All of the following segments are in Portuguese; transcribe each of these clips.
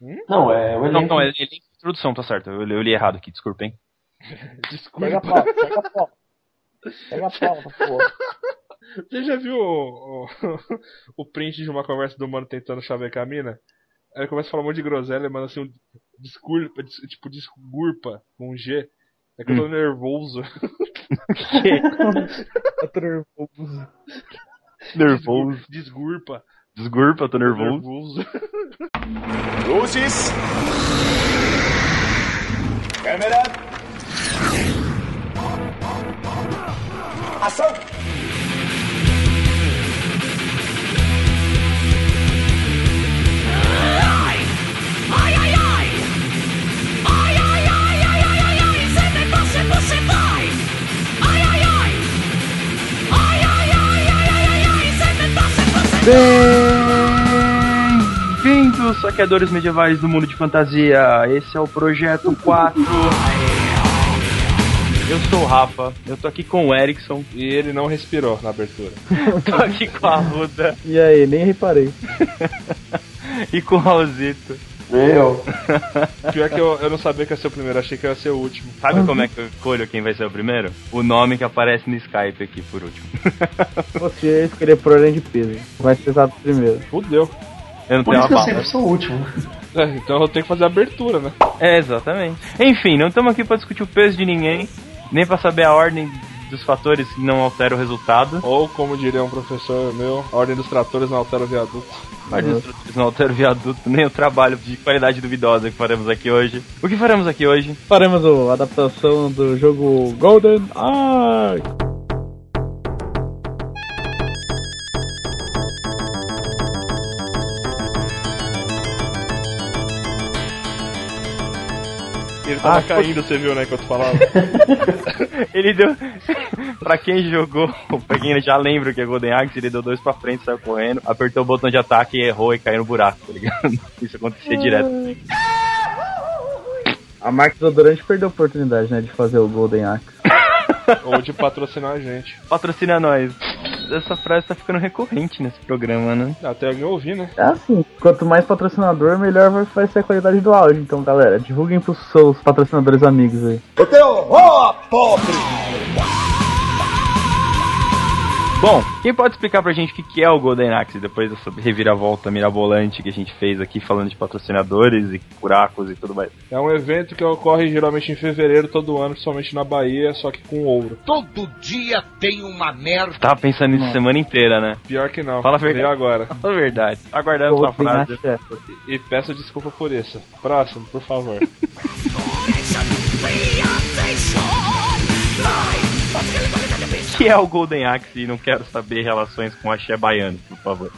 Hum? Não, é o Não, elenco. não, é elenco e introdução, tá certo. Eu, eu li errado aqui, desculpa, hein? Pega Desculpa. a pauta, pega a pauta. Pega a pauta, pô. Você já viu o, o, o print de uma conversa do mano tentando chavecar a mina? Aí ele começa a falar um monte de groselha, mano, assim, um desculpa, des- tipo, desculpa, com um G. É que eu tô nervoso. Eu tô nervoso. Nervoso. Desculpa. Desculpa, tô nervoso. Nervoso. Luzes. Câmera. Ação. Ai, ai, ai! Ai, ai, ai, ai, ai, ai, ai! Sem negócio você vai! Ai, ai, ai! Ai, ai, ai, ai, ai, ai, ai! Sem negócio você vai! Bem-vindos, saqueadores medievais do mundo de fantasia. Esse é o Projeto 4. Eu sou o Rafa, eu tô aqui com o Erickson, E ele não respirou na abertura. tô aqui com a Ruda E aí, nem reparei. e com o Raulzito. Meu. Pior que eu, eu não sabia que ia ser o primeiro, achei que ia ser o último. Sabe Uhum. como é que eu escolho quem vai ser o primeiro? O nome que aparece no Skype aqui, por último. Você escolher por ordem de peso. Mais pesado primeiro. Fudeu. Eu não Por tenho isso uma que eu bala. sempre sou o último. É, então eu tenho que fazer a abertura, né? É, exatamente. Enfim, não estamos aqui para discutir o peso de ninguém, nem para saber a ordem dos fatores que não alteram o resultado. Ou, como diria um professor meu, a ordem dos tratores não altera o viaduto. A ordem dos fatores não altera o viaduto, nem o trabalho de qualidade duvidosa que faremos aqui hoje. O que faremos aqui hoje? Faremos a adaptação do jogo Golden Eye. Ele tava Ah, caindo, você viu, né, enquanto falava. Ele deu. pra quem jogou, pra quem já lembra o que é Golden Axe, ele deu dois pra frente, saiu correndo, apertou o botão de ataque, errou e caiu no buraco, tá ligado? Isso acontecia direto. A marca Desodorante perdeu a oportunidade, né, de fazer o Golden Axe. Ou de patrocinar a gente. Patrocina nós. Essa frase tá ficando recorrente nesse programa, né? Até alguém ouvir, né? É assim, quanto mais patrocinador, melhor vai- vai ser a qualidade do áudio. Então, galera, divulguem pros seus patrocinadores amigos aí. Porque eu vou, pobre. Bom, quem pode explicar pra gente o que que é o Golden Axe depois dessa reviravolta mirabolante que a gente fez aqui falando de patrocinadores e buracos e tudo mais? É um evento que ocorre geralmente em fevereiro todo ano, principalmente na Bahia, só que com ouro. Todo dia tem uma merda. Eu tava pensando nisso Não. semana inteira, né? Pior que não. Fala a verdade. Veio agora. É verdade. Aguardando sua Golden frase. Axe é. E peço desculpa por isso. Próximo, por favor. O que é o Golden Axe e não quero saber relações com axé baiano, por favor.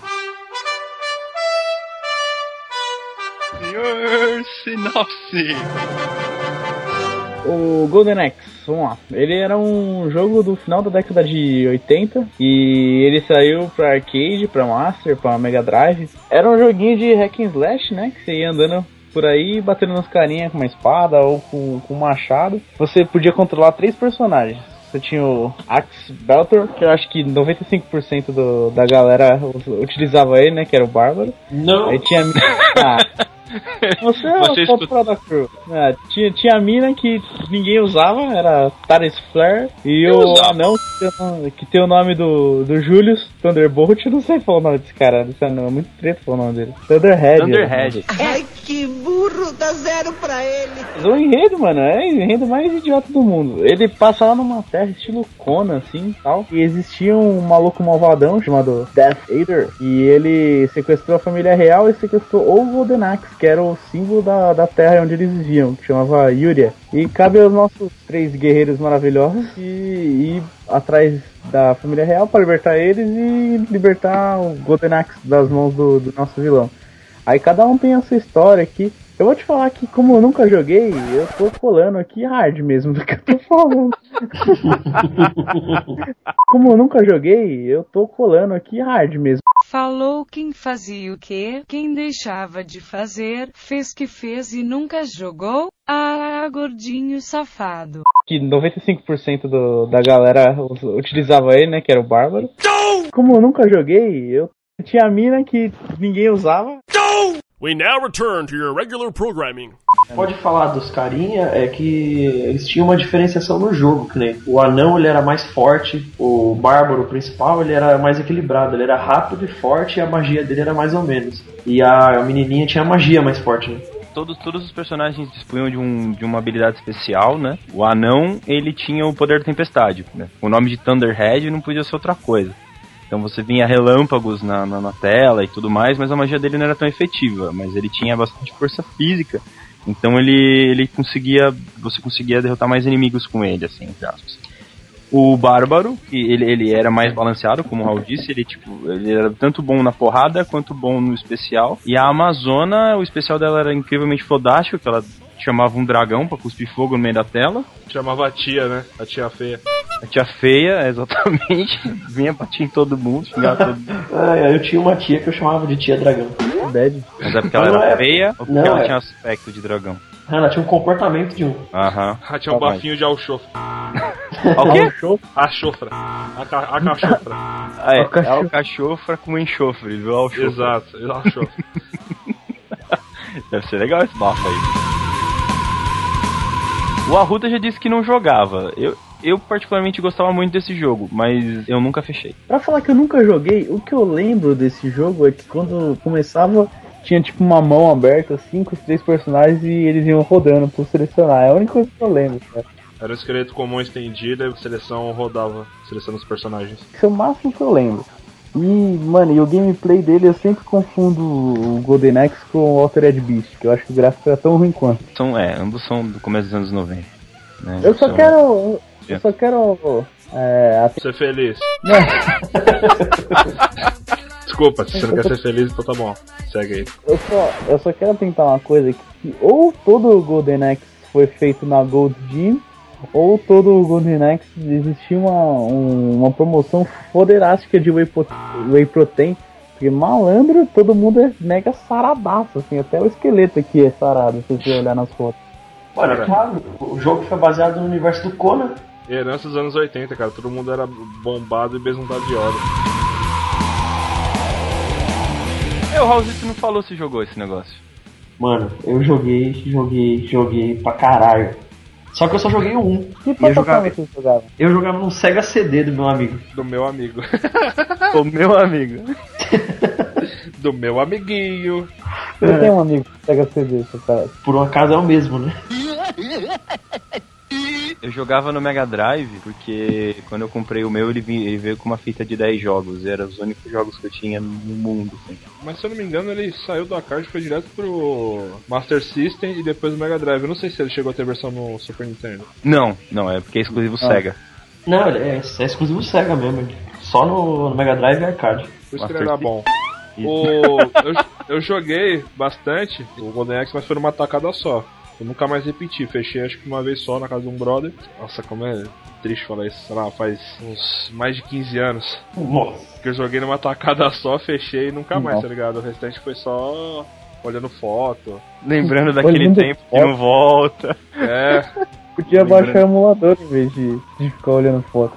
Senhor Sinopse. O Golden Axe, vamos lá. Ele era um jogo do final da década de 80 e ele saiu pra arcade, pra Master, pra Mega Drive. Era um joguinho de hack and slash, né? Que você ia andando por aí, batendo nos carinha com uma espada ou com, com um machado. Você podia controlar três personagens. Você tinha o Axe Belter, que eu acho que 95% do, da galera u- utilizava ele, né? Que era o Bárbaro. Não. Aí tinha a mina. Ah, você é Você o escuta- popó da crew. Ah, tinha, tinha a mina que ninguém usava, era Taris Flare. E o anão que tem o nome- que tem o nome do, do Julius Thunderbolt. Eu não sei falar o nome desse cara, desse anão. É muito preto falar o nome dele. Thunderhead. né? Thunderhead. É. Ai, que burro! Dá zero pra ele! Mas O enredo, mano, é o enredo mais idiota do mundo. Ele passa lá numa terra estilo Conan, assim, tal. E existia um maluco malvadão chamado Death Eater. E ele sequestrou a família real e sequestrou o Golden Axe, que era o símbolo da, da terra onde eles viviam, que chamava Yuria. E cabe aos nossos três guerreiros maravilhosos e ir atrás da família real para libertar eles e libertar o Golden Axe das mãos do- do nosso vilão. Aí cada um tem a sua história aqui. Eu vou te falar que, como eu nunca joguei, eu tô colando aqui hard mesmo do que eu tô falando. como eu nunca joguei, eu tô colando aqui hard mesmo. Falou quem fazia o quê, quem deixava de fazer, fez que fez e nunca jogou? Ah, gordinho safado. Que 95% do, da galera us- utilizava ele, né? Que era o Bárbaro. Como eu nunca joguei, eu tinha a mina que ninguém usava. We now return to your regular programming. Pode falar dos carinha, é que eles tinham uma diferenciação no jogo, que nem o anão ele era mais forte, o bárbaro principal ele era mais equilibrado, ele era rápido e forte e a magia dele era mais ou menos. E a menininha tinha a magia mais forte, né? Todos, todos os personagens dispunham de, um, de uma habilidade especial, né? O anão, ele tinha o poder da tempestade, né? O nome de Thunderhead não podia ser outra coisa. Então você vinha relâmpagos na, na, na tela e tudo mais, mas a magia dele não era tão efetiva. Mas ele tinha bastante força física, então ele, ele conseguia... Você conseguia derrotar mais inimigos com ele, assim, entre aspas. O Bárbaro, que ele, ele era mais balanceado, como o Raul disse, ele, tipo, ele era tanto bom na porrada quanto bom no especial. E a Amazona, o especial dela era incrivelmente fodástico, que ela chamava um dragão pra cuspir fogo no meio da tela. Chamava a tia, né? A tia feia. A tia feia, exatamente, vinha bater em todo mundo, xingava todo mundo. Ah, eu tinha uma tia que eu chamava de tia dragão. Bad. Mas é porque ela Não era é- feia ou porque não ela é. tinha aspecto de dragão? Ah, Ela tinha um comportamento de um. Aham. Ela tinha um Tá bom. bafinho de alxofra. Ao quê? Show. A chofra. A, ca a cachofra. Ah, é, Ao cachorro. é o cachofra com enxofre, viu? Ao chofre. Exato, a chofra. Deve ser legal esse bafo aí. O Arruda já disse que não jogava. Eu, eu particularmente gostava muito desse jogo, mas eu nunca fechei. Pra falar que eu nunca joguei, o que eu lembro desse jogo é que quando começava, tinha tipo uma mão aberta, assim, com os três personagens e eles iam rodando pra eu selecionar. É a única coisa que eu lembro, cara. Era um esqueleto comum estendido e a seleção rodava, selecionando os personagens. Isso é o máximo que eu lembro. E, mano, e o gameplay dele eu sempre confundo o Golden Axe com o Altered Beast, que eu acho que o gráfico era tão ruim quanto. São, é, ambos são do começo dos anos 90. né? Eu só São- quero. Eu só quero. É, a- Ser feliz. Desculpa, se você não quer ser feliz, então tá bom. Segue aí. eu, só, eu só quero tentar uma coisa aqui, que ou todo o Golden Axe foi feito na Gold Gym, ou todo o Golden Axe existia uma, um- uma promoção foderástica de Whey, Pro- Whey Protein. Porque malandro, todo mundo é mega saradaço, assim, até o esqueleto aqui é sarado, se você olhar nas fotos. Olha, é claro, o jogo foi baseado no universo do Conan. Herança dos anos 80, cara. Todo mundo era bombado e besuntado de óleo. É, o Raulzito não falou se jogou esse negócio. Mano, eu joguei, joguei, joguei pra caralho. Só que eu só joguei um. Que eu jogava- plataforma vocês jogavam? Eu jogava num Sega CD do meu amigo. Do meu amigo. Ah. Ô meu amigo. Do meu amiguinho. Eu tenho um amigo que pega CD, seu cara. Por um acaso é o mesmo, né? Eu jogava no Mega Drive, porque quando eu comprei o meu, ele, vi- ele veio com uma fita de 10 jogos. E eram os únicos jogos que eu tinha no mundo. assim. Mas se eu não me engano, ele saiu do Arcade e foi direto pro Master System e depois no Mega Drive. Eu não sei se ele chegou a ter versão no Super Nintendo. Não, não, é porque é exclusivo Sega. Não, é, é exclusivo Sega mesmo. Só no, no Mega Drive e arcade. Por isso que Master ele era System. bom. O- eu, eu joguei bastante o Golden Axe, mas foi numa tacada só. Eu nunca mais repeti. Fechei acho que uma vez só na casa de um brother. Nossa, como é triste falar isso. Sei lá, faz uns mais de 15 anos Nossa. que eu joguei numa tacada só, fechei e nunca mais, tá ligado? O restante foi só olhando foto. Lembrando daquele lindo. tempo que não volta. É, Podia baixar o emulador em vez de, de ficar olhando foto.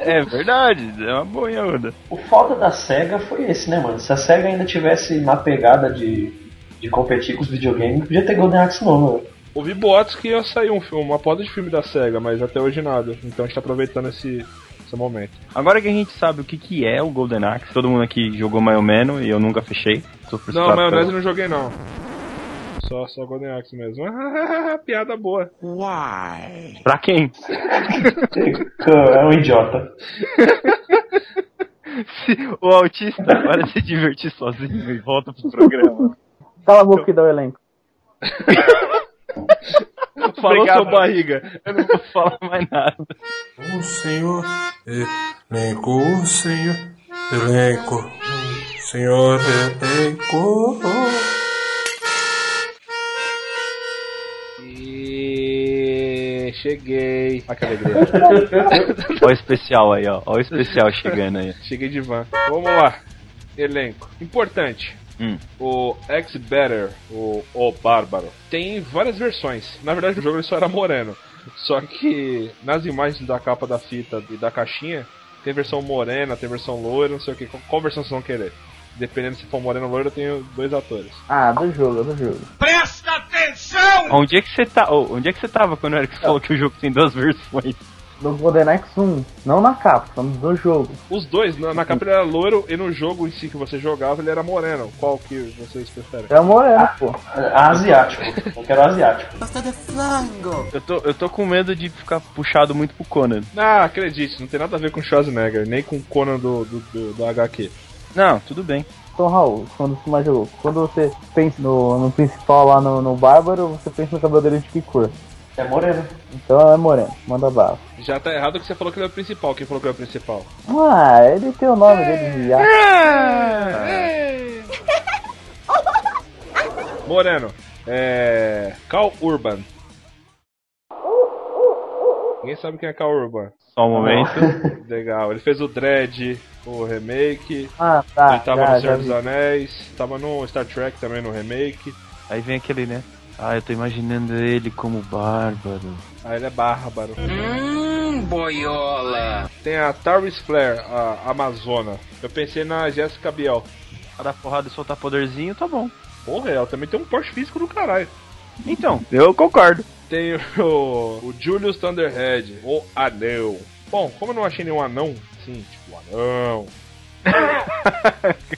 É verdade, é uma boa onda. O falta da Sega foi esse, né, mano? Se a Sega ainda tivesse na pegada de, de competir com os videogames, não podia ter Golden Axe né? não, mano. Ouvi boatos que ia sair um filme, uma poda de filme da SEGA, mas até hoje nada. Então a gente tá aproveitando esse, esse momento. Agora que a gente sabe o que, que é o Golden Axe, todo mundo aqui jogou Maionese e eu nunca fechei. Tô frustrado Não, maionese eu pelo- não joguei não. Só, só Golden Axe mesmo. Piada boa. Pra quem? É um idiota. o autista agora se divertir sozinho e volta pro programa. Cala a boca e dá o elenco. Falou Obrigado. sua barriga. Eu não vou falar mais nada. O senhor elenco, o senhor elenco, o senhor elenco. E cheguei. Ah, que alegria. Ó o especial aí, ó. Ó o especial chegando aí. cheguei de van. Vamos lá. Elenco. Importante. Hum. O X-Better, o, o Bárbaro, tem várias versões. Na verdade, no jogo ele só era moreno. Só que nas imagens da capa da fita e da caixinha, tem versão morena, tem versão loira, não sei o que. Qual versão vocês vão querer? Dependendo se for moreno ou loiro, eu tenho dois atores. Ah, do jogo, do jogo. Presta atenção! Onde é que você tá? ô, onde é que você tava quando o Eric falou que o jogo tem duas versões? Do Golden Axe 1. Não na capa, falando do jogo. Os dois, na, na capa ele era loiro e no jogo em si que você jogava ele era moreno. Qual que vocês preferem? É moreno, Ah. pô. Asiático. Eu quero asiático. Eu tô, eu tô com medo de ficar puxado muito pro Conan. Ah, acredite, não tem nada a ver com Schwarzenegger, nem com Conan do, do, do, do HQ. Não, tudo bem. Então, Raul, quando você mais jogou, quando você pensa no, no principal lá no, no Bárbaro, você pensa no cabelo dele de que cor? É moreno. Então é moreno, manda bala. Já tá errado que você falou que ele é o principal. Quem falou que ele é o principal? Ah, ele tem o nome dele de Yaku. Moreno. É. Cal Urban. Ninguém sabe quem é Cal Urban. Só um momento. Legal. Ele fez o Dread, o remake. Ah, tá. ele tava já, no Senhor já vi. dos Anéis. Tava no Star Trek também no remake. Aí vem aquele, né? Ah, eu tô imaginando ele como bárbaro. Ah, ele é bárbaro. Hum, boiola. Tem a Taris Flair, a Amazona. Eu pensei na Jessica Biel. Pra dar porrada e soltar poderzinho, tá bom. Porra, ela também tem um porte físico do caralho. Então, eu concordo. Tem o, o Julius Thunderhead, o anão. Bom, como eu não achei nenhum anão, sim, tipo, anão.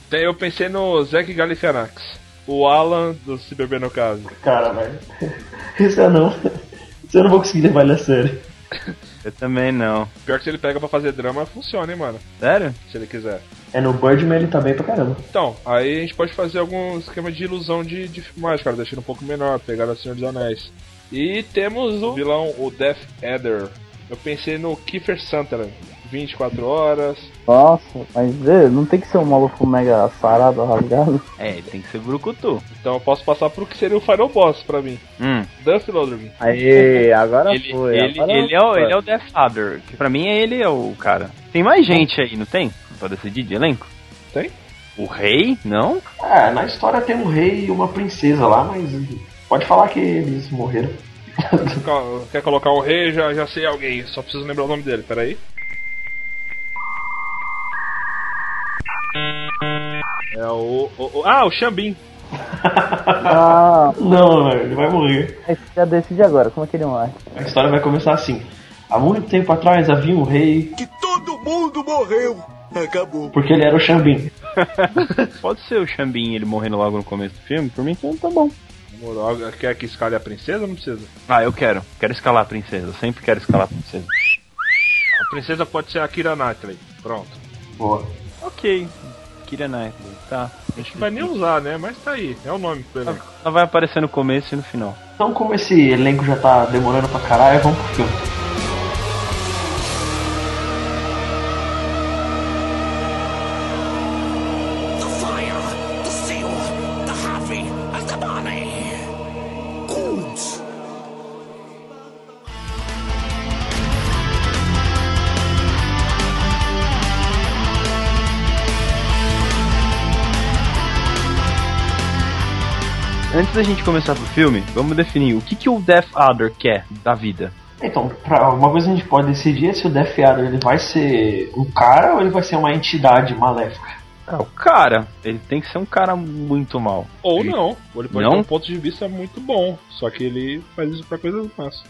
Tem, eu pensei no Zack Galifianax, o Alan do Se Beber no Caso. Cara, velho. Esse eu não. Esse eu não vou conseguir levar ele a sério. Eu também não. Pior que se ele pega pra fazer drama, funciona, hein, mano, Sério? se ele quiser. É no Birdman ele tá bem pra caramba. Então, aí a gente pode fazer algum esquema de ilusão de, de filmagem, cara, deixando um pouco menor, pegar o Senhor dos Anéis. E temos o vilão, o Death Adder. Eu pensei no Kiefer Sutherland, 24 horas, Nossa, mas é, não tem que ser um maluco mega sarado, rasgado. É, ele tem que ser brucutu. Então eu posso passar pro que seria o Final Boss pra mim. Hum. Duff Lodrum. Aí, agora Tá, Ele, foi. ele, agora ele é o, foi. ele é o Death Adder. que Pra mim, ele é o cara. Tem mais gente aí, não tem? Pra decidir de elenco? Tem? O rei? Não? Ah, na história tem um rei e uma princesa lá, mas pode falar que eles morreram. Cal- Quer colocar o rei? Já, já sei alguém. Só preciso lembrar o nome dele. Peraí. É o, o- o- Ah, o Xambim. Ah, Não, velho, ele vai morrer. mas já decide agora, como é que ele morre? A história vai começar assim. Há muito tempo atrás havia um rei Que todo mundo morreu. Acabou. porque ele era o Xambim. Pode ser o Xambin ele morrendo logo no começo do filme? Por mim, então tá bom. Demorou. Alguém Quer que escale a princesa ou não precisa? Ah, eu quero. Quero escalar a princesa. Eu sempre quero escalar a princesa. A princesa pode ser a Kira Knightley. Pronto. Boa. Ok. Kira Knightley. Tá. A gente não vai nem usar, né? Mas tá aí. É o nome do elenco. Ela vai aparecer no começo e no final. Então como esse elenco já tá demorando pra caralho, vamos pro filme. The fire, the seal, the happy, and the money. Good. Antes da gente começar pro filme, vamos definir o que, que o Death Adder quer da vida. Então, pra, uma coisa a gente pode decidir é se o Death Adder ele vai ser um cara ou ele vai ser uma entidade maléfica. Ah, o cara, ele tem que ser um cara muito mal. Ou não. Ou ele pode Não? ter um ponto de vista muito bom. Só que ele faz isso pra coisas más.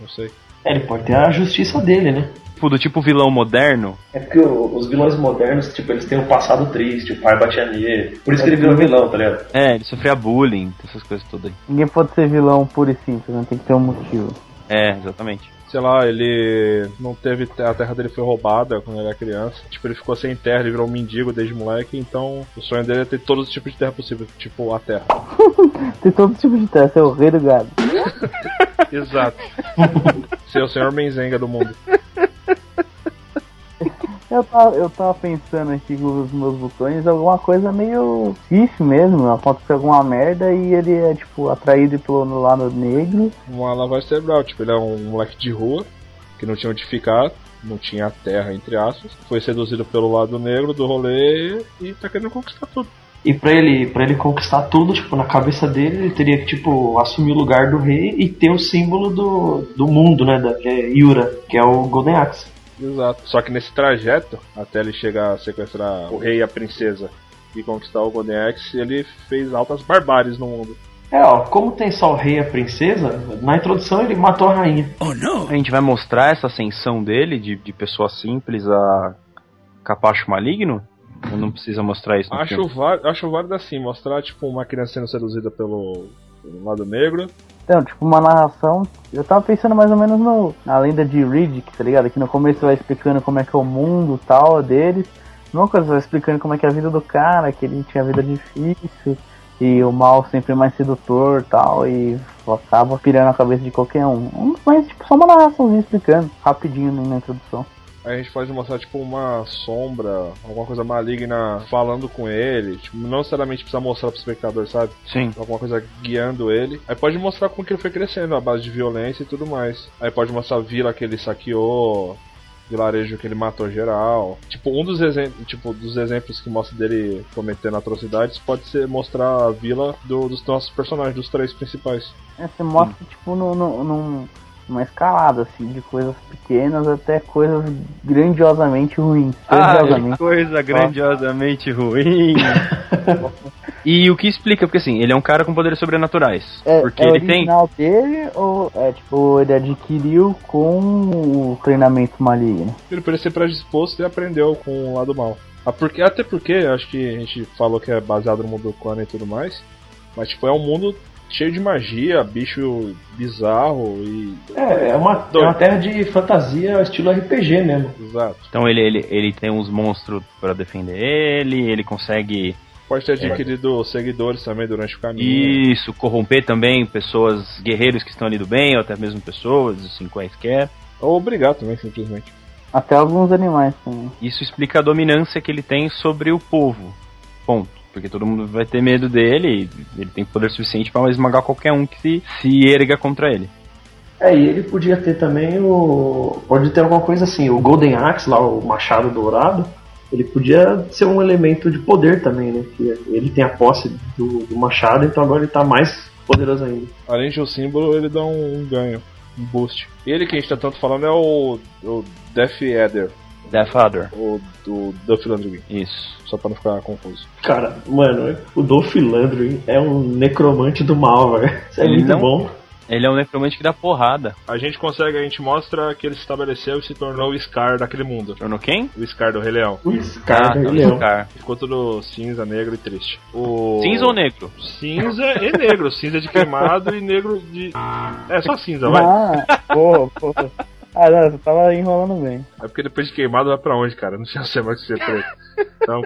Não sei. É, ele pode ter a justiça dele, né? Tipo, do tipo vilão moderno. É porque o- os vilões modernos, tipo, eles têm um passado triste, o pai batia nele. Por isso que ele virou vilão, tá ligado? É, ele sofria bullying, essas coisas todas aí. Ninguém pode ser vilão puro e simples, né? Tem que ter um motivo. É, exatamente. sei lá, ele não teve. A terra dele foi roubada quando ele era criança. Tipo, ele ficou sem terra, ele virou um mendigo desde moleque. Então, o sonho dele é ter todos os tipos de terra possível, tipo a terra. Tem todo tipo de teste, é o rei do gado. Exato. Ser o senhor Menzenga do mundo. Eu tava, eu tava pensando aqui com os meus botões, alguma coisa meio isso mesmo, aconteceu alguma merda e ele é, tipo, atraído pelo lado negro. Uma lavagem cerebral, tipo, ele é um moleque de rua que não tinha onde ficar. Não tinha terra, entre aspas. Foi seduzido pelo lado negro do rolê e tá querendo conquistar tudo. E pra ele, pra ele conquistar tudo, tipo, na cabeça dele, ele teria que, tipo, assumir o lugar do rei e ter o símbolo do, do mundo, né? Da, que é Yura, que é o Golden Axe. Exato. Só que nesse trajeto, até ele chegar a sequestrar o rei e a princesa, e conquistar o Golden Axe, ele fez altas barbáries no mundo. É, ó, como tem só o rei e a princesa, na introdução ele matou a rainha. Oh, não! A gente vai mostrar essa ascensão dele, de, de pessoa simples a capacho maligno? Ou não precisa mostrar isso no Acho, filme? vá- acho válido assim, mostrar tipo uma criança sendo seduzida pelo, pelo lado negro. Então, tipo, uma narração. Eu tava pensando mais ou menos no, na lenda de Riddick, tá ligado? Que no começo vai explicando como é que é o mundo tal deles. Numa coisa vai explicando como é que é a vida do cara, que ele tinha vida difícil e o mal sempre mais sedutor tal, e acaba pirando a cabeça de qualquer um. Um- Mas tipo, só uma narraçãozinha explicando, rapidinho na introdução. A gente pode mostrar tipo uma sombra, alguma coisa maligna falando com ele. Tipo, não necessariamente precisa mostrar pro espectador, sabe? Sim. Alguma coisa guiando ele. Aí pode mostrar como que ele foi crescendo, a base de violência e tudo mais. Aí pode mostrar a vila que ele saqueou, vilarejo que ele matou geral. Tipo, um dos exemplos, tipo, dos exemplos que mostra dele cometendo atrocidades pode ser mostrar a vila do- dos nossos personagens, dos três principais. É, você mostra, tipo, num, num- num- numa escalada, assim, de coisas pequenas até coisas grandiosamente ruins. Ah, Grandiosamente. que coisa grandiosamente ruim. e o que explica, porque assim, ele é um cara com poderes sobrenaturais. É, porque é ele tem. original dele ou é tipo ele adquiriu com o treinamento maligno? Ele por ele ser predisposto e aprendeu com o lado mal. Ah, porque- até porque, acho que a gente falou que é baseado no mundo Conan e tudo mais, mas tipo, é um mundo cheio de magia, bicho bizarro e... É, é uma, é uma terra de fantasia ao estilo RPG mesmo. Exato. Então ele, ele, ele tem uns monstros pra defender ele, ele consegue Pode ter adquirido seguidores também durante o caminho. isso, corromper também pessoas, guerreiros que estão ali do bem, ou até mesmo pessoas, assim, quaisquer. Ou obrigado também, simplesmente. Até alguns animais também. Isso explica a dominância que ele tem sobre o povo. Ponto. Porque todo mundo vai ter medo dele, e ele tem poder suficiente pra esmagar qualquer um que se, se erga contra ele. É, e ele podia ter também o. Pode ter alguma coisa assim, o Golden Axe, lá, o Machado Dourado, ele podia ser um elemento de poder também, né? Que ele tem a posse do, do Machado, então agora ele tá mais poderoso ainda. Além de um símbolo, ele dá um, um ganho, um boost. Ele que a gente tá tanto falando é o, o Death Eder, Death Father. o do Duff Landry, Isso. só pra não ficar confuso. Cara, mano, o Dolph Landry é um necromante do mal, velho. Isso é Ele muito não- bom. Ele é um necromante que dá porrada. A gente consegue, a gente mostra que ele se estabeleceu e se tornou o Scar daquele mundo. Tornou quem? O Scar do Rei Leão. Isso, cara, ah, tá, ele é um- Scar. Ficou tudo cinza, negro e triste. O... Cinza ou negro? Cinza e negro. Cinza de queimado e negro de. É só cinza, vai. Ah, porra, porra. Ah, não, você tava enrolando bem. É porque depois de queimado vai pra onde, cara? Não tinha ser mais que ser preto. Então.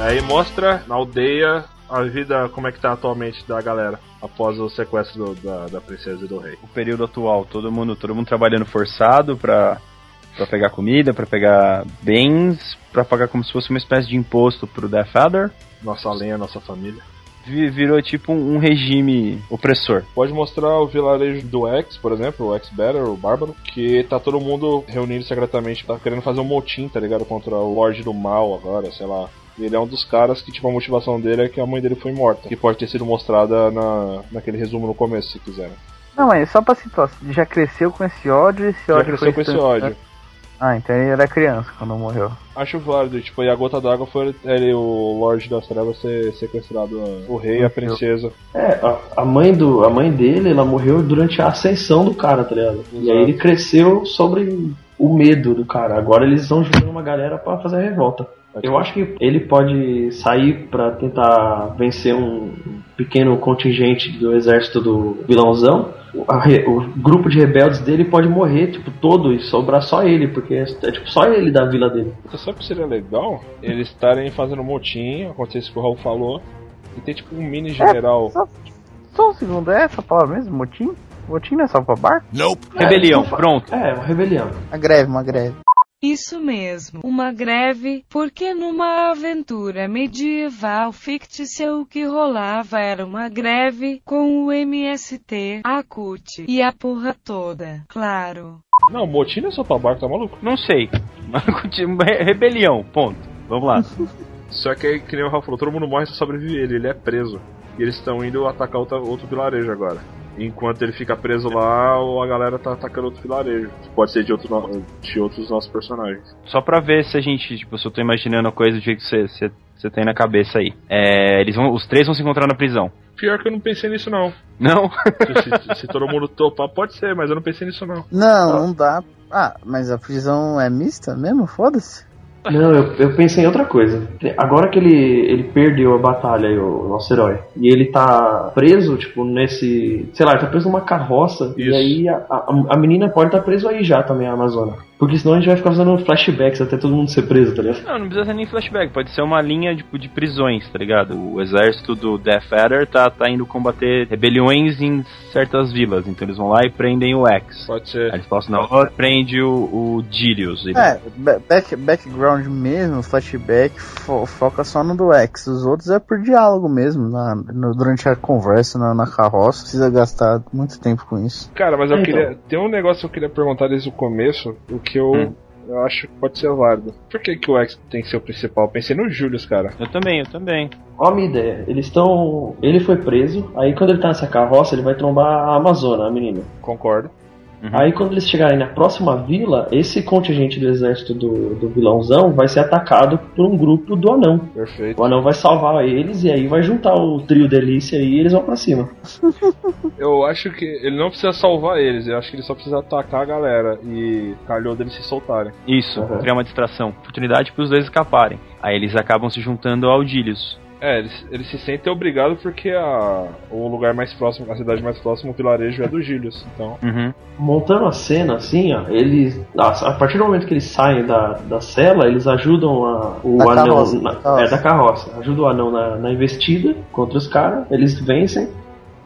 Aí mostra na aldeia a vida, como é que tá atualmente da galera após o sequestro do- da, da princesa e do rei. O período atual, todo mundo, todo mundo trabalhando forçado pra, pra pegar comida, pra pegar bens, pra pagar como se fosse uma espécie de imposto pro Death Father. Nossa lenha, nossa família. Vi- Virou tipo um um regime opressor. Pode mostrar o vilarejo do X, por exemplo, o X Better, o Bárbaro, que tá todo mundo reunido secretamente, tá querendo fazer um motim, tá ligado? Contra o Lorde do Mal agora, sei lá. E ele é um dos caras que, tipo, a motivação dele é que a mãe dele foi morta. Que pode ter sido mostrada na, naquele resumo no começo, se quiser. Não, mas só pra situar, você já cresceu com esse ódio, esse Já ódio foi cresceu né? com esse tanto- ódio. Ah, então ele era criança quando morreu. Acho válido, tipo, e a gota d'água foi ele, o Lorde das Trevas, ser sequestrado, o rei e a princesa. É, a, a mãe do, a mãe dele, ela morreu durante a ascensão do cara, tá ligado? E aí ele cresceu sobre o medo do cara. Agora eles estão juntando uma galera pra fazer a revolta. Eu acho que ele pode sair pra tentar vencer um pequeno contingente do exército do vilãozão. O, a re- o grupo de rebeldes dele pode morrer, tipo, todo e sobrar só ele, porque é, é, tipo só ele da vila dele. Você sabe que seria legal eles estarem fazendo um motim, acontecer isso que o Raul falou, e ter, tipo, um mini general. Só, só um segundo, é essa palavra mesmo? Motim? Motim não é só pra barco? Rebelião, desculpa. pronto. É, uma rebelião. Uma greve, uma greve. Isso mesmo, uma greve, porque numa aventura medieval fictícia o que rolava era uma greve com o MST, a CUT e a porra toda, claro. Não, motim não é só pra barco, tá maluco? Não sei. Mas continua- re- Rebelião, ponto. Vamos lá. Só que aí, que nem o Rafa falou, todo mundo morre e só sobrevive ele, ele é preso. E eles estão indo atacar outra, outro vilarejo agora. Enquanto ele fica preso lá, ou a galera tá atacando outro vilarejo. Que Pode ser de, outro no- de outros nossos personagens. Só pra ver se a gente, tipo, se eu tô imaginando a coisa do jeito que você- você você tem na cabeça aí. É, eles vão, os três vão se encontrar na prisão. Pior que eu não pensei nisso, não. Não? Se, se- se todo mundo topar, pode ser, mas eu não pensei nisso, não. Não, não dá. Ah, mas a prisão é mista mesmo? Foda-se. Não, eu, eu pensei em outra coisa. Agora que ele, ele perdeu a batalha, aí, o nosso herói, e ele tá preso, tipo, nesse. Sei lá, ele tá preso numa carroça, e aí a, a, a menina pode estar tá preso aí já também, a Amazônia. Porque senão a gente vai ficar fazendo flashbacks até todo mundo ser preso, tá ligado? Não, não precisa ser nem flashback, pode ser uma linha tipo, de prisões, tá ligado? O exército do Death Adder tá, tá indo combater rebeliões em certas vilas, então eles vão lá e prendem o X. Pode ser. Aí eles falam assim, não, prende o, o Dilius. Ele- É, ba- back, background mesmo, flashback, fo- foca só no do X. Os outros é por diálogo mesmo, na- no- durante a conversa na, na carroça. Precisa gastar muito tempo com isso. Cara, mas eu Então. queria. Tem um negócio que eu queria perguntar desde o começo, o que eu, Hum. eu acho que pode ser válido. Por que, que o X tem que ser o principal? Eu pensei no Julius, cara. Eu também, eu também. Ó a minha ideia. Eles estão. Ele foi preso, aí quando ele tá nessa carroça, ele vai trombar a Amazônia, a menina. Concordo. Aí quando eles chegarem na próxima vila, esse contingente do exército do, do vilãozão vai ser atacado por um grupo do anão. Perfeito. O anão vai salvar eles e aí vai juntar o trio delícia e eles vão pra cima. Eu acho que ele não precisa salvar eles, eu acho que ele só precisa atacar a galera e calhou deles se soltarem. Isso, criar uma distração. Oportunidade para os dois escaparem. Aí eles acabam se juntando ao Dilius. É, eles, eles se sentem obrigados porque a, o lugar mais próximo, a cidade mais próxima, o vilarejo é do Gilius. Então, Uhum. Montando a cena assim, ó, eles. A, a partir do momento que eles saem da, da cela, eles ajudam a- o Da anão. carroça, na- da carroça. É, da carroça. Ajuda o anão na, na investida contra os caras, eles vencem.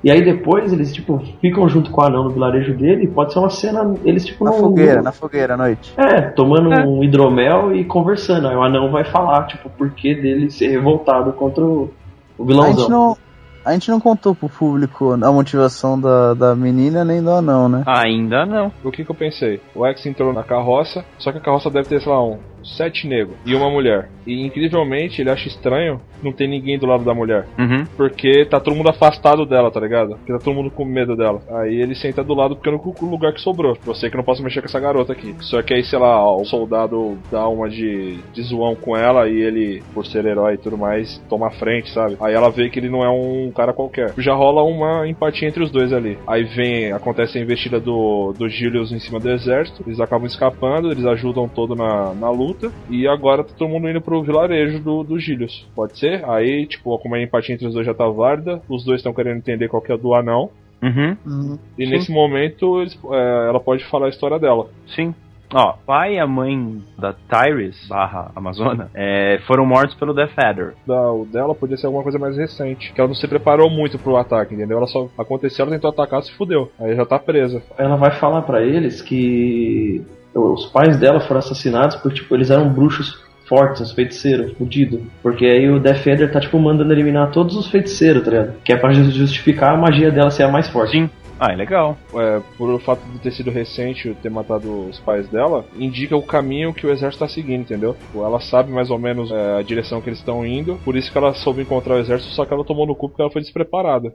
E aí depois eles, tipo, ficam junto com o anão no vilarejo dele e pode ser uma cena. Eles, tipo, Na não- fogueira, né? na fogueira à noite. É, tomando um hidromel e conversando. Aí o anão vai falar, tipo, o porquê dele ser revoltado contra o, o A vilãozão. gente não. A gente não contou pro público a motivação da, da menina nem do anão, né? Ainda não. o que, que eu pensei? O X entrou na carroça, só que a carroça deve ter, sei lá, um, sete negros e uma mulher. E incrivelmente ele acha estranho não ter ninguém do lado da mulher. Uhum. Porque tá todo mundo afastado dela, tá ligado? Porque tá todo mundo com medo dela. Aí ele senta do lado porque é o único lugar que sobrou. Eu sei que eu não posso mexer com essa garota aqui. Só que aí, sei lá, ó, o soldado dá uma de, de zoão com ela e ele, por ser herói e tudo mais, toma a frente, sabe? Aí ela vê que ele não é um cara qualquer. Já rola uma empatia entre os dois ali. Aí vem, acontece a investida do, do Gilius em cima do exército. Eles acabam escapando, eles ajudam todo na, na luta. E agora tá todo mundo indo pro vilarejo do, do Gilius. Pode ser? Aí, tipo, como a empatia entre os dois já tá válida, os dois estão querendo entender qual que é do anão. Uhum. E Sim. nesse momento eles- é, ela pode falar a história dela. Sim. Ó, pai e a mãe da Tyrese barra Amazona é, foram mortos pelo Death Adder. Da, o dela podia ser alguma coisa mais recente. Que ela não se preparou muito pro ataque, entendeu? Ela só aconteceu, ela tentou atacar, se fudeu. Aí já tá presa. ela vai falar pra eles que os pais dela foram assassinados porque tipo, eles eram bruxos fortes, uns feiticeiros, fudido. Porque aí o Defender tá tipo mandando eliminar todos os feiticeiros, tá ligado? Que é pra ju- justificar a magia dela ser a mais forte. Sim. Ah, é legal. É, por o fato de ter sido recente ter matado os pais dela, indica o caminho que o exército tá seguindo, entendeu? Tipo, Ela sabe mais ou menos é, a direção que eles estão indo, por isso que ela soube encontrar o exército, só que ela tomou no cu porque ela foi despreparada.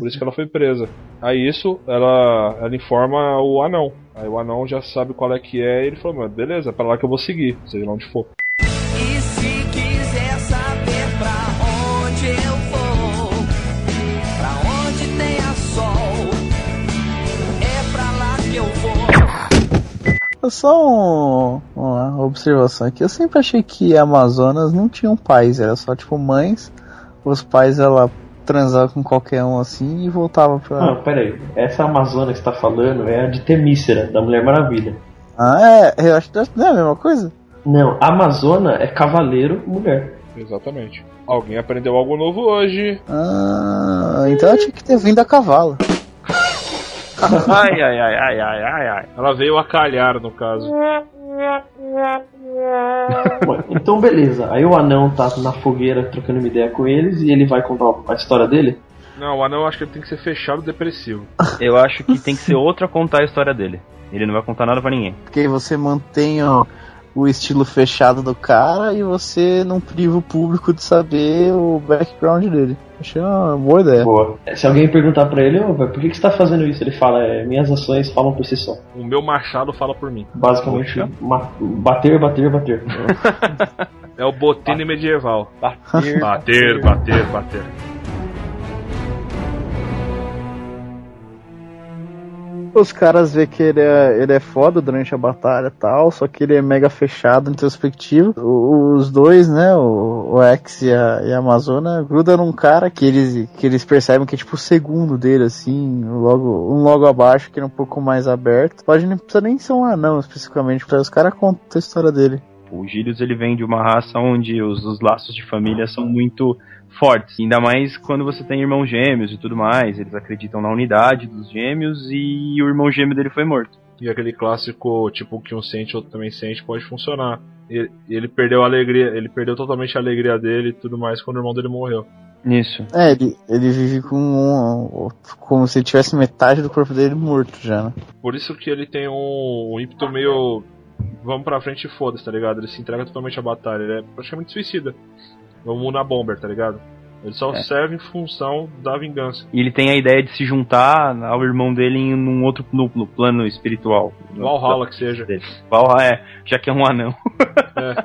Por isso que ela foi presa. Aí isso, ela, ela informa o anão. Aí o anão já sabe qual é que é e ele falou, "Mano, beleza, é pra lá que eu vou seguir, seja lá onde for. E se quiser saber pra onde eu vou, pra onde tenha sol, é pra lá que eu vou. Só um, uma observação aqui. Eu sempre achei que Amazonas não tinham pais, era só tipo mães. Os pais ela transava com qualquer um assim e voltava pra. Ah, peraí. Essa Amazônia que você tá falando é a de Temícera, da Mulher Maravilha. Ah, é, eu acho que não é a mesma coisa? Não, Amazona é cavaleiro, mulher. Exatamente. Alguém aprendeu algo novo hoje. Ah, então eu tinha que ter vindo a cavalo. ai, ai, ai, ai, ai, ai, ai. Ela veio a calhar, no caso. Então beleza, aí o anão tá na fogueira trocando uma ideia com eles e ele vai contar a história dele. Não, o anão eu acho que ele tem que ser fechado depressivo. Eu acho que tem que ser outro a contar a história dele. Ele não vai contar nada pra ninguém. Porque você mantém ó, o estilo fechado do cara e você não priva o público de saber o background dele. Achei uma boa ideia. Boa. É. Se alguém perguntar pra ele, "Ô, velho, por que, que você tá fazendo isso? Ele fala, "É, minhas ações falam por si só. O meu machado fala por mim. Basicamente, ma- bater, bater, bater. É o Botini medieval. Bater, bater, bater, bater. Os caras vê que ele é, ele é foda durante a batalha e tal, só que ele é mega fechado, introspectivo. O- os dois, né, o, o X e a, e a Amazona, grudam num cara que eles, que eles percebem que é tipo o segundo dele, assim, logo, um logo abaixo, que ele é um pouco mais aberto. Pode não precisa nem ser um anão especificamente, pra os caras contam a história dele. O Gilius ele vem de uma raça onde os, os laços de família são muito fortes, ainda mais quando você tem irmãos gêmeos e tudo mais. Eles acreditam na unidade dos gêmeos e o irmão gêmeo dele foi morto. E aquele clássico, tipo, que um sente, outro também sente, pode funcionar. Ele, ele perdeu a alegria, ele perdeu totalmente a alegria dele e tudo mais quando o irmão dele morreu. Isso. É, ele, ele vive com um, como se ele tivesse metade do corpo dele morto já, né? Por isso que ele tem um, um ímpeto meio. Vamos pra frente e foda-se, tá ligado? Ele se entrega totalmente à batalha, ele é praticamente suicida. Vamos na bomber, tá ligado? Ele só É. serve em função da vingança. E ele tem a ideia de se juntar ao irmão dele em um outro no, no plano espiritual. Valhalla que seja. Valhalla é, já que é um anão.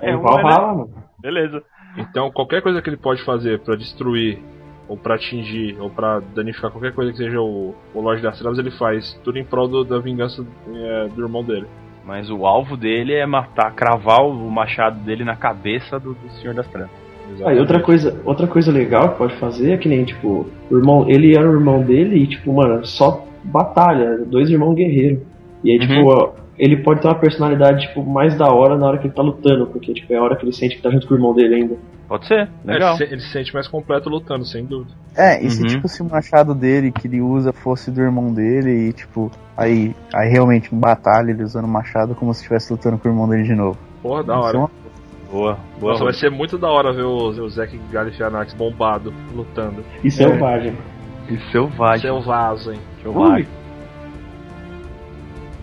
É, É um né? Valhalla, anão. Beleza. Então, qualquer coisa que ele pode fazer pra destruir, ou pra atingir, ou pra danificar qualquer coisa que seja o, o Lorde das Trevas, ele faz tudo em prol do- da vingança é, do irmão dele. Mas o alvo dele é matar, cravar o machado dele na cabeça do, do Senhor das Trevas. Ah, e outra coisa, outra coisa legal que pode fazer é que nem, tipo, o irmão, ele era o irmão dele e, tipo, mano, só batalha, dois irmãos guerreiros. E aí, tipo, Uhum. ó, ele pode ter uma personalidade, tipo, mais da hora na hora que ele tá lutando, porque, tipo, é a hora que ele sente que tá junto com o irmão dele ainda. Pode ser, legal. É, Ele se, ele se sente mais completo lutando, sem dúvida. É, e se Uhum. tipo se o machado dele que ele usa fosse do irmão dele e tipo, aí, aí realmente em batalha ele usando o machado como se estivesse lutando com o irmão dele de novo. Então, Porra, da hora. Isso é Boa, boa. Nossa, vai ser muito da hora ver o, o Zack Galifianax bombado, lutando. é um E selvagem. E selvagem. Selvagem. Selvagem.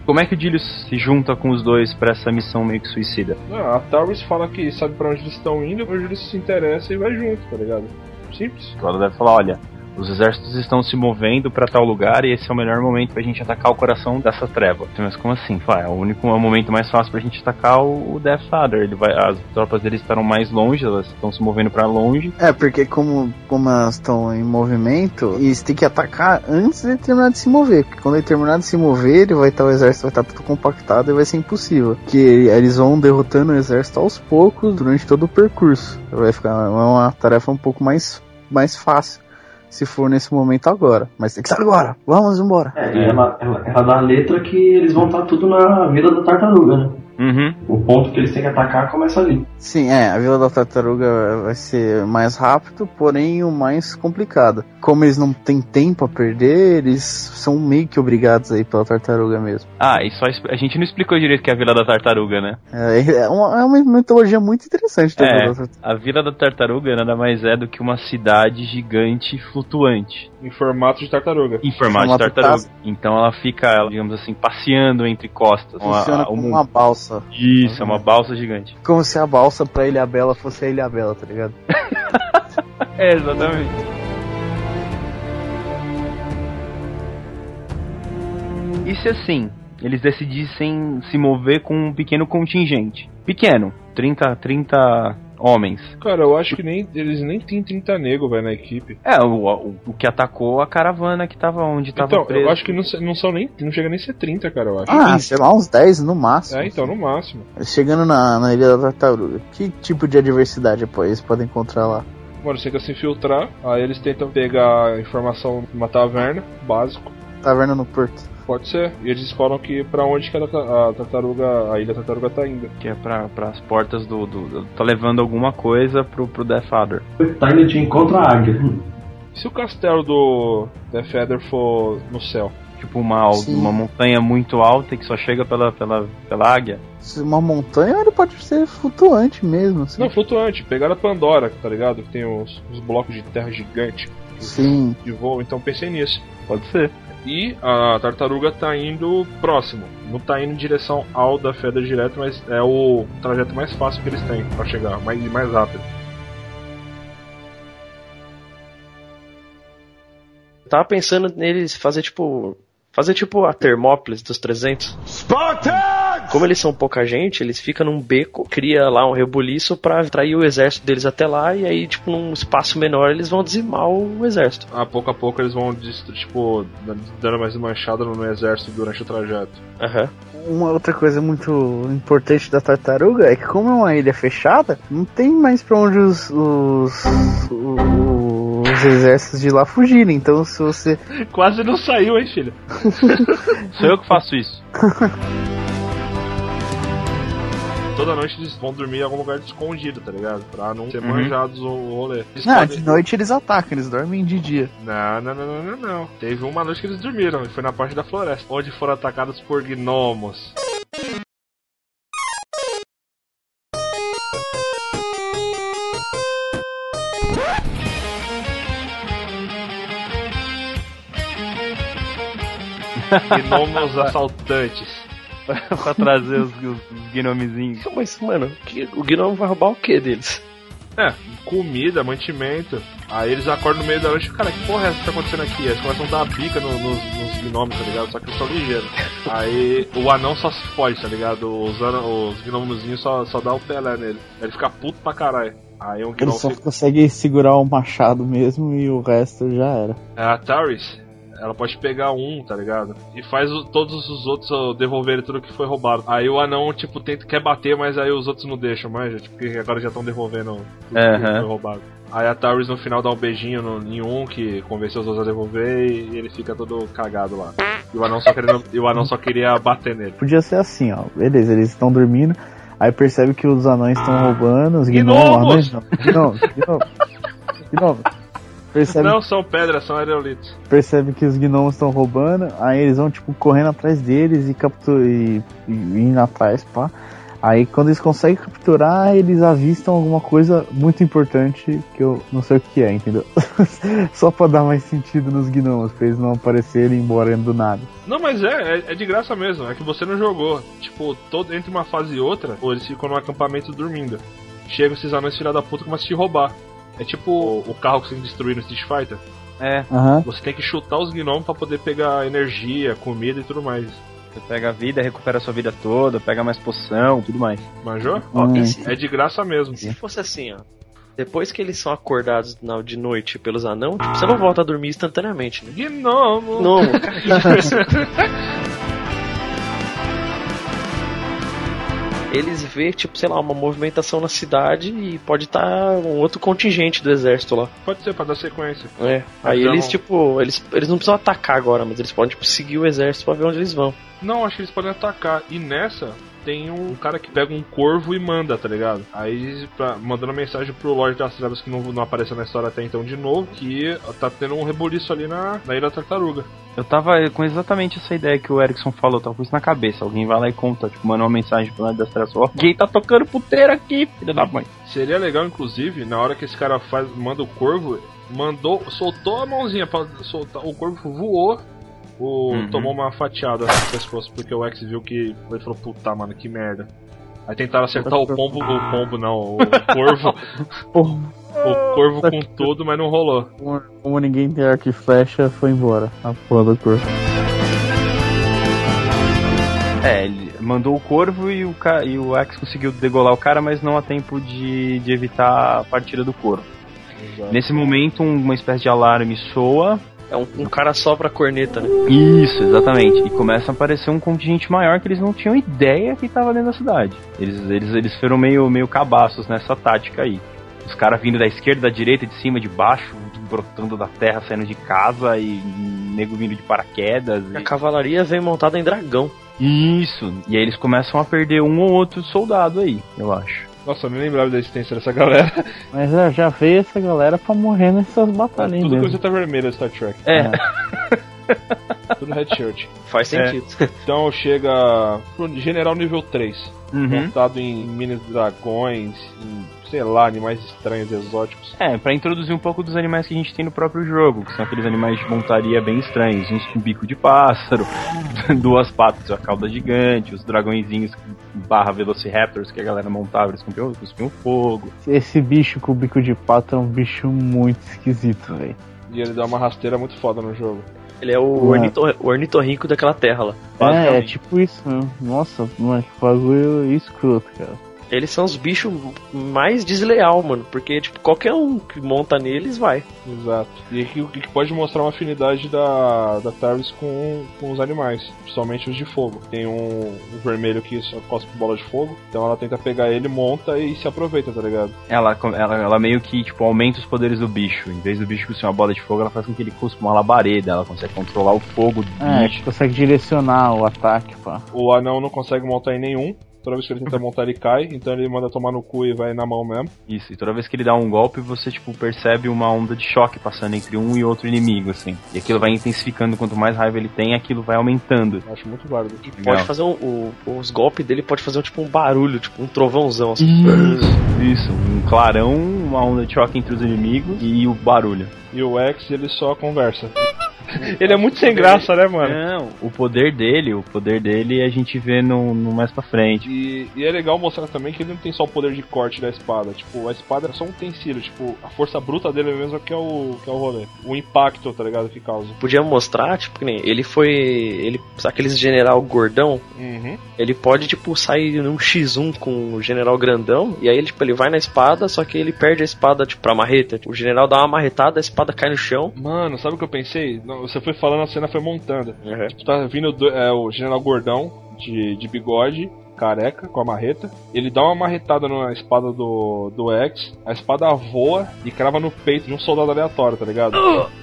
Como é que o Dílio se junta com os dois pra essa missão meio que suicida? Não, Ah, a Taurus fala que sabe pra onde eles estão indo, onde eles se interessam e vai junto, tá ligado? Simples. Então Ela deve falar, olha, os exércitos estão se movendo pra tal lugar e esse é o melhor momento pra gente atacar o coração dessa treva. Mas como assim? Fala, é o único é o momento mais fácil pra gente atacar o o Death Father. Ele vai, as tropas dele estarão mais longe, elas estão se movendo pra longe. É, porque como, como elas estão em movimento, eles têm que atacar antes de ele terminar de se mover. Porque quando ele terminar de se mover, ele vai estar, o exército vai estar tudo compactado e vai ser impossível. Porque eles vão derrotando o exército aos poucos durante todo o percurso. Vai ficar é uma tarefa um pouco mais, mais fácil. Se for nesse momento agora. Mas tem que ser agora. Vamos embora. É, e ela, ela, ela dá a letra que eles vão estar tudo na vida da tartaruga, né? O ponto que eles têm que atacar começa ali. Sim, é, a Vila da Tartaruga vai ser mais rápido, porém o mais complicado. Como eles não têm tempo a perder, eles são meio que obrigados aí pela tartaruga mesmo. Ah, e só expl- a gente não explicou direito que é a Vila da Tartaruga, né? É, é uma, é uma mitologia muito interessante tá da Vila É, da Tartaruga. a Vila da Tartaruga nada mais é do que uma cidade gigante flutuante. Em formato de tartaruga. Em formato de Formato tartaruga. taça. Então ela fica, ela, digamos assim, passeando entre costas. Uma- Funciona a- como um- uma balsa. Isso, é uma balsa gigante. Como se a balsa pra Ilha Bela fosse a Ilha Bela, tá ligado? É, exatamente. E se assim, eles decidissem se mover com um pequeno contingente? Pequeno, 30, 30 homens. Cara, eu acho que nem eles nem tem 30 nego, velho, na equipe. É, o, o, o que atacou a caravana que tava onde tava Então, preso. eu acho que não, se- não são nem. Não chega nem a ser 30, cara, eu acho. Ah, sei lá, uns 10 no máximo. É, então, no máximo. Chegando na, na Ilha da Tartaruga, que tipo de adversidade pô, eles podem encontrar lá? Mano, você quer se infiltrar, aí eles tentam pegar a informação numa taverna, básico. Taverna no Porto. Pode ser. E eles falam que pra onde que a, ta- a tartaruga, a ilha tartaruga tá indo. Que é pra, pras portas do, do, do- Tá levando alguma coisa pro, pro Death Father. Tá Hum. indo de encontro à águia. E se o castelo do The Feather for no céu? Tipo uma, al- Sim. uma montanha muito alta que só chega pela, pela, pela águia. Se Uma montanha ele pode ser flutuante mesmo. Assim. Não, flutuante. Pegaram a Pandora, tá ligado? Que tem os, os blocos de terra gigante Sim. de voo, então pensei nisso. Pode ser. E a tartaruga tá indo próximo. Não tá indo em direção ao da Feda direto, mas é o trajeto mais fácil que eles têm pra chegar, mais, mais rápido. Eu tava pensando neles fazer tipo. Fazer tipo a Termópolis dos 300. Spartans! Como eles são pouca gente, eles ficam num beco, cria lá um rebuliço pra atrair o exército deles até lá, e aí, tipo, num espaço menor, eles vão dizimar o exército. A pouco a pouco eles vão, dis- tipo, dando mais uma manchada no exército durante o trajeto. Aham. Uma outra coisa muito importante da tartaruga é que como é uma ilha fechada, não tem mais pra onde os, os, o- os exércitos de lá fugirem. Então se você. Quase não saiu, hein, filho? Sou eu que faço isso. Toda noite eles vão dormir em algum lugar escondido, tá ligado? Pra não ser Uhum. manjados o o rolê. Eles Ah, podem- de noite eles atacam, eles dormem de dia. Não, não, não, não, não, não. Teve uma noite que eles dormiram, e foi na parte da floresta, onde foram atacados por gnomos. Gnomos assaltantes. pra trazer os, os, os gnomezinhos. Então, Mas, mano, que- o gnomo vai roubar o que deles? É, comida, mantimento. Aí eles acordam no meio da noite e cara, que porra é essa que tá acontecendo aqui? Eles começam a dar a bica no- nos, nos gnomos, tá ligado? Só que eles são ligeiros. Aí o anão só se foge, tá ligado? Os, ana- os gnomozinhos só, só dá o pelé nele. Aí ele fica puto pra caralho. Aí um Ele gnomo só fica... consegue segurar o machado mesmo e o resto já era. A Taris, "Ah, ela pode pegar um, tá ligado? E faz o- todos os outros ó, devolverem tudo que foi roubado. Aí o anão, tipo, tenta, quer bater, mas aí os outros não deixam mais, tipo, porque agora já estão devolvendo tudo que Aham. foi roubado. Aí a Taris no final dá um beijinho no, em um que convenceu os outros a devolver e ele fica todo cagado lá. E o anão só, querendo, e o anão só queria bater nele. Podia ser assim, ó. Beleza, eles estão dormindo. Aí percebe que os anões estão roubando, os gnomos, anões não, gnomos, gnomos, gnomos. Percebe, Não são pedras, são aerolitos. percebe que os gnomos estão roubando, aí eles vão, tipo, correndo atrás deles e captura e, e indo atrás, pá. Aí quando eles conseguem capturar, eles avistam alguma coisa muito importante que eu não sei o que é, entendeu? Só pra dar mais sentido nos gnomos, pra eles não aparecerem e ir embora do nada. Não, mas é, é, é de graça mesmo, é que você não jogou. Tipo, todo, entre uma fase e outra, ou eles ficam no acampamento dormindo. Chegam esses anões filha da puta e começam a te roubar. É tipo o, o carro que você tem que destruir no Street Fighter. É. Aham. Você tem que chutar os gnomos pra poder pegar energia, comida e tudo mais. Você pega a vida, recupera a sua vida toda, pega mais poção, tudo mais. Manjou? Ó, Hum. e se- É de graça mesmo. Se fosse assim, ó. Depois que eles são acordados na- de noite pelos anãos, tipo, você não volta a dormir instantaneamente, né? Gnomo! Gnomo, cara, que isso? Eles vê, tipo, sei lá, uma movimentação na cidade e pode estar um outro contingente do exército lá. Pode ser, pra dar sequência. É. Aí Mas eles, não- tipo, eles, eles não precisam atacar agora, mas eles podem, tipo, seguir o exército pra ver onde eles vão. Não, acho que eles podem atacar. E nessa, tem um cara que pega um corvo e manda, tá ligado? Aí, pra- mandando mensagem pro Lorde das Trevas, que não, não apareceu na história até então de novo, que tá tendo um reboliço ali na, na Ilha Tartaruga. Eu tava com exatamente essa ideia que o Erickson falou, tava com isso na cabeça. Alguém vai lá e conta, tipo, manda uma mensagem pro lado das trevas, ó, alguém tá tocando puteiro aqui, filha da mãe. Seria legal, inclusive, na hora que esse cara faz, manda o corvo, mandou, soltou a mãozinha pra soltar, o corvo voou. O, Uhum. Tomou uma fatiada no pescoço, porque o X viu que. Ele falou, puta, mano, que merda. Aí tentaram acertar o pombo, o pombo não, o corvo. o corvo com tudo, mas não rolou. Como, como ninguém tem arco e flecha, foi embora. A porra do corpo. É, ele mandou o corvo e o, ca... e o Axe conseguiu degolar o cara, mas não há tempo de, de evitar a partida do corvo. Nesse momento, um- uma espécie de alarme soa. É um, um cara só pra corneta, né? Isso, exatamente. E começa a aparecer um contingente maior que eles não tinham ideia que estava dentro da cidade. Eles, eles, eles foram meio, meio cabaços nessa tática aí. Os caras vindo da esquerda, da direita, de cima, de baixo, brotando da terra, saindo de casa e nego vindo de paraquedas. A cavalaria vem montada em dragão. Isso. E aí eles começam a perder um ou outro soldado aí, eu acho. Nossa, eu nem lembrava da existência dessa galera. Mas já, já veio essa galera pra morrer nessas batalhas, Tudo mesmo. coisa tá vermelha Star Trek. É. Tudo red shirt. Faz É. sentido. Então chega pro general nível 3, Uhum. montado em minas de dragões, em, sei lá, animais estranhos, exóticos. É, pra introduzir um pouco dos animais que a gente tem no próprio jogo, que são aqueles animais de montaria bem estranhos, uns com um bico de pássaro, duas patas, a cauda gigante, os dragõezinhos barra velociraptors que a galera montava, eles cuspiam, cuspiam fogo. Esse bicho com o bico de pato é um bicho muito esquisito, velho. E ele dá uma rasteira muito foda no jogo. Ele é o, ornitor- o ornitorrinco daquela terra lá. É, é tipo isso mesmo. Nossa, mano, que bagulho escroto, cara. Eles são os bichos mais desleal, mano. Porque, tipo, qualquer um que monta neles vai. Exato. E aqui o que pode mostrar uma afinidade da, da Taris com, com os animais, principalmente os de fogo. Tem um, um vermelho que só cospe bola de fogo, então ela tenta pegar ele, monta e se aproveita, tá ligado? Ela, co- ela, ela meio que tipo, aumenta os poderes do bicho. Em vez do bicho cuspir uma bola de fogo, ela faz com que ele cuspa uma labareda, ela consegue controlar o fogo do É, bicho. consegue direcionar o ataque, pá. O anão não consegue montar em nenhum. Toda vez que ele tenta montar, ele cai, então ele manda tomar no cu e vai na mão mesmo. Isso, e toda vez que ele dá um golpe, você tipo percebe uma onda de choque passando entre um e outro inimigo, assim. E aquilo vai intensificando, quanto mais raiva ele tem, aquilo vai aumentando. Acho muito válido. E Pode fazer um, o- os golpes dele pode fazer tipo um barulho, tipo um trovãozão assim. Isso, isso, um clarão, uma onda de choque entre os inimigos e o barulho. E o X, ele só conversa. ele é muito sem graça, né, mano? Não. O poder dele, o poder dele a gente vê no, no mais pra frente. E, e é legal mostrar também que ele não tem só o poder de corte da espada. Tipo, a espada é só um utensílio. Tipo, a força bruta dele mesmo que é o que é o rolê. O impacto, tá ligado? Que causa. Podia mostrar, tipo, que nem ele foi. Ele. Sabe aqueles general gordão? Uhum. Ele pode, tipo, sair num X1 com o general grandão. E aí, tipo, ele vai na espada, só que ele perde a espada, tipo, pra marreta. O general dá uma marretada, a espada cai no chão. Mano, sabe o que eu pensei? Não, Você foi falando, a cena foi montando. Tipo, tá vindo do- é, o General Gordão de, de bigode, careca, com a marreta. Ele dá uma marretada na espada do, do X, a espada voa e crava no peito de um soldado aleatório, tá ligado?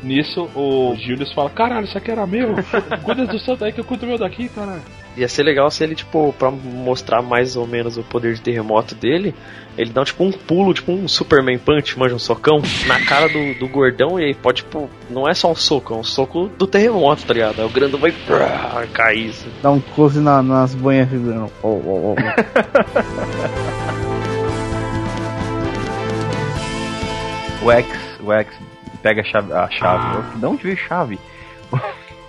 Nisso, o Julius fala: Caralho, isso aqui era meu? Cuida do seu daí que eu cuido do meu daqui, caralho. Ia ser legal se ele, tipo, pra mostrar mais ou menos o poder de terremoto dele, ele dá, tipo, um pulo, tipo, um Superman Punch, manja, um socão, na cara do, do gordão, e aí pode, tipo, não é só um soco, é um soco do terremoto, tá ligado? Aí o grandão vai prá, cair. assim. Dá um close na- nas banhas vibrando. Oh, oh, oh. O X, o X pega a chave. A chave. De onde veio chave?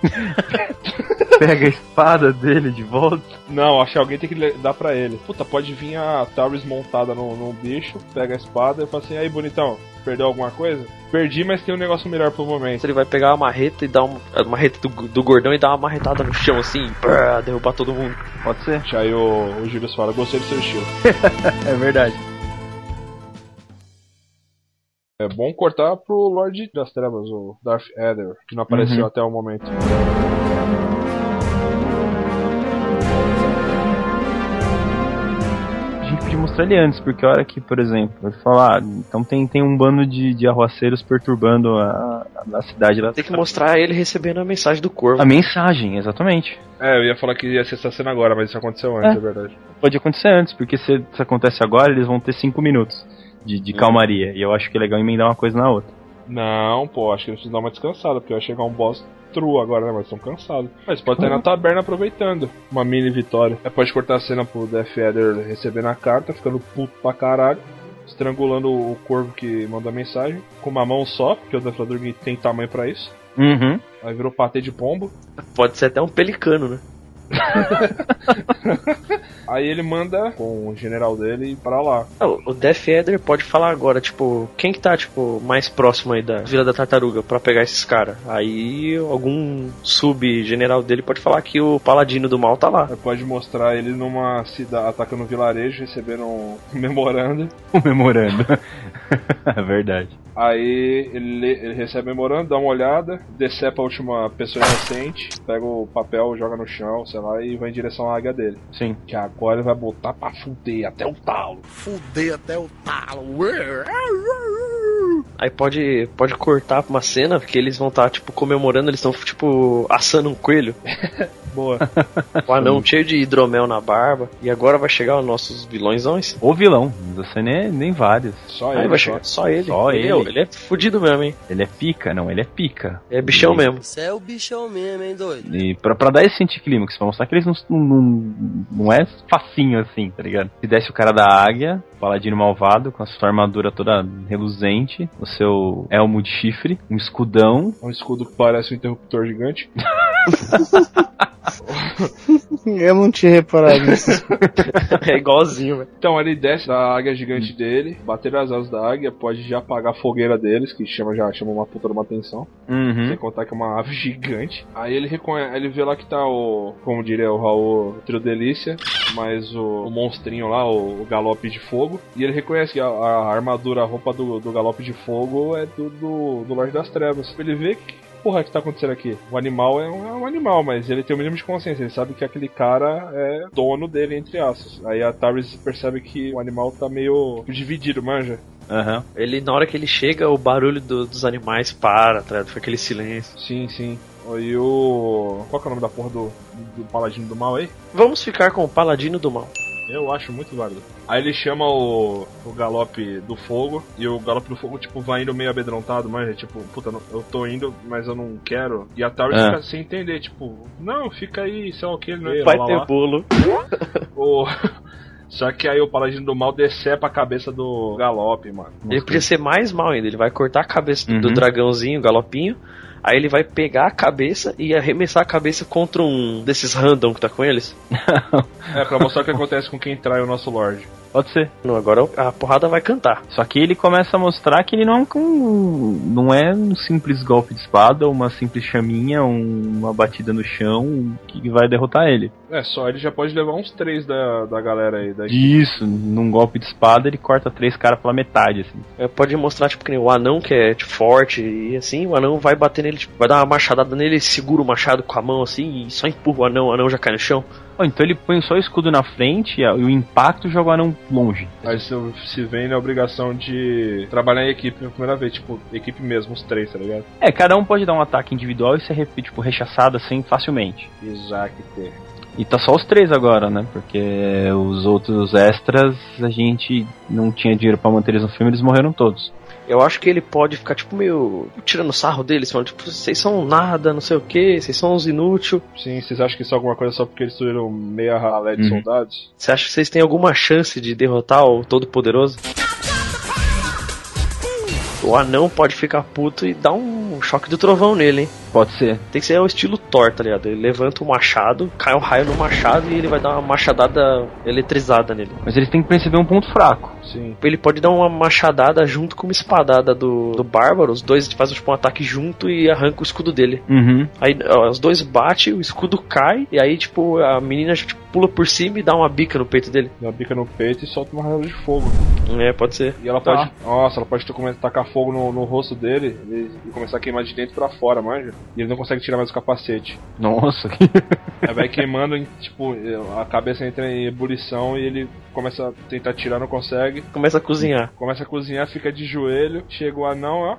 pega a espada dele de volta. Não, acho que alguém tem que le- dar pra ele. Puta, pode vir a Taurus montada no- num bicho, pega a espada e fala assim: Aí, bonitão, perdeu alguma coisa? Perdi, mas tem um negócio melhor pro momento. Então Ele vai pegar a marreta e dar uma a marreta do, do gordão e dar uma marretada no chão, assim, prá, derrubar todo mundo. Pode ser. Aí o, o Júlio fala: Gostei do seu estilo. É verdade. É bom cortar pro Lorde das Trevas, o Darth Eder, que não apareceu Uhum. até o momento. A gente podia mostrar ele antes, porque a hora que, por exemplo, ele falar, ah, então tem, tem um bando de, de arroaceiros perturbando a, a, a cidade lá. Tem que mostrar ele recebendo a mensagem do corvo. A mensagem, exatamente. É, eu ia falar que ia ser essa cena agora, mas isso aconteceu antes, é, verdade. Pode acontecer antes, porque se, se acontece agora, eles vão ter cinco minutos de, de calmaria. E eu acho que é legal emendar uma coisa na outra. Não, pô, acho que eles precisam dar uma descansada, porque vai chegar um boss true agora, né? Mas estão cansados. Mas pode estar aí na taberna aproveitando. Uma mini vitória. Aí pode cortar a cena pro Death Eder recebendo a carta, ficando puto pra caralho. Estrangulando o corvo que mandou a mensagem. Com uma mão só, porque o Deflador tem tamanho pra isso. Uhum. Aí virou patê de pombo. Pode ser até um pelicano, né? Aí ele manda com o general dele pra lá. Ah, O Death Eder pode falar agora, tipo, quem que tá, tipo, mais próximo aí da Vila da Tartaruga pra pegar esses caras? Aí algum sub-general dele pode falar que o Paladino do Mal tá lá. Aí Pode mostrar ele numa cidade, atacando um vilarejo, recebendo um memorando. Comemorando. é verdade. Aí ele, lê- ele recebe o memorando, dá uma olhada, decepa a última pessoa inocente, pega o papel, joga no chão, sei lá, e vai em direção à águia dele. Sim. Que agora ele vai botar pra fuder até o talo. Fuder até o talo. Aí pode, pode tá, cortar pra uma cena que eles vão estar, tipo, comemorando, eles estão, tipo, assando um coelho. Boa. O anão cheio de hidromel na barba. E agora vai chegar os nossos vilõesões? Ou vilão, você nem, nem vários. Só ele, Vai só. chegar só ele. Só ele. é- é fudido mesmo, hein? Ele é pica, não, ele é pica. É bichão E- mesmo. Você é o bichão mesmo, hein, doido? E pra, pra dar esse anticlímax, pra mostrar que eles não, não, não é facinho assim, tá ligado? Se desse o cara da águia, o paladino malvado, com a sua armadura toda reluzente, o seu elmo de chifre, um escudão. Um escudo que parece um interruptor gigante. Eu não tinha reparado nisso. é igualzinho, velho. Então ele desce da águia gigante Hum. dele, bater as asas da águia, pode já apagar a fogueira deles, que chama, já chama uma puta de uma atenção. Hum? Sem contar que é uma ave gigante. Aí ele reconhece, ele vê lá que tá o, como diria o Raul, o Trio Delícia, mas o, o monstrinho lá, o, o Galope de Fogo. E ele reconhece que a, a armadura, a roupa do, do Galope de Fogo é do, do, do Lorde das Trevas. Ele vê que porra que tá acontecendo aqui. O animal é um, é um animal, mas ele tem o mínimo de consciência. Ele sabe que aquele cara é dono dele, entre aspas. Aí a Taris percebe que o animal tá meio dividido, manja. Ele, na hora que ele chega, o barulho do- dos animais para, tá ligado? Foi aquele silêncio. Sim, sim. E o. Qual que é o nome da porra do, do paladino do mal aí? Vamos ficar com o Paladino do Mal. Eu acho muito válido. Aí ele chama o, o galope do fogo, e o galope do fogo, tipo, vai indo meio abedrontado, mas é tipo, puta, não- eu tô indo, mas eu não quero. E a Taurus É. fica sem entender, tipo, não, fica aí, sei lá o que, ele não é Vai lá, ter lá. bolo. O- Só que aí o paladino do mal decepa a cabeça do galope, mano. Ele podia ser mais mal ainda. Ele vai cortar a cabeça do dragãozinho, o galopinho. Aí ele vai pegar a cabeça e arremessar a cabeça contra um desses random que tá com eles. É, pra mostrar o que acontece com quem trai o nosso Lorde. Pode ser. Não, agora a porrada vai cantar. Só que ele começa a mostrar que ele não é um, não é um simples golpe de espada, uma simples chaminha, um- uma batida no chão que vai derrotar ele. É, só ele já pode levar uns três da, da galera aí. Da... Isso, num golpe de espada ele corta três caras pela metade, assim. É, pode mostrar, tipo, que nem o anão que é tipo, forte e assim, o anão vai bater nele, tipo, vai dar uma machadada nele, ele segura o machado com a mão assim e só empurra o anão, o anão já cai no chão. Ó, então ele põe só o escudo na frente e a- e o impacto joga o anão longe. Aí se, se vem na obrigação de trabalhar em equipe pela primeira vez, tipo, equipe mesmo, os três, tá ligado? É, cada um pode dar um ataque individual e ser re- tipo, rechaçado assim facilmente. Isaac E tá só os três agora, né? Porque os outros extras a gente não tinha dinheiro pra manter eles no filme, eles morreram todos. Eu acho que ele pode ficar, tipo, meio tirando sarro deles, falando, tipo, vocês são nada, não sei o que, vocês são uns inútil. Sim, vocês acham que isso é alguma coisa só porque eles destruíram meia ralé de Uhum. soldados? Você acha que vocês têm alguma chance de derrotar o Todo-Poderoso? O anão pode ficar puto e dar um choque do trovão nele, hein? Pode ser. Tem que ser o estilo Thor, tá ligado? Ele levanta o machado, cai um raio no machado e ele vai dar uma machadada eletrizada nele. Mas eles têm que perceber um ponto fraco. Sim. Ele pode dar uma machadada junto com uma espadada do, do Bárbaro, os dois fazem tipo, um ataque junto e arranca o escudo dele. Uhum. Aí ó, os dois batem, o escudo cai, e aí, tipo, a menina tipo, pula por cima e dá uma bica no peito dele. Dá uma bica no peito e solta uma rajada de fogo. É, pode ser. E ela pode. Nossa, ela pode começar a tacar fogo no, no rosto dele e, e começar a queimar de dentro pra fora, manja. E ele não consegue tirar mais o capacete. Nossa, Aí vai queimando, em, tipo, a cabeça entra em ebulição e ele começa a tentar tirar, não consegue. Começa a cozinhar. Começa a cozinhar, fica de joelho, chega o anão, ó.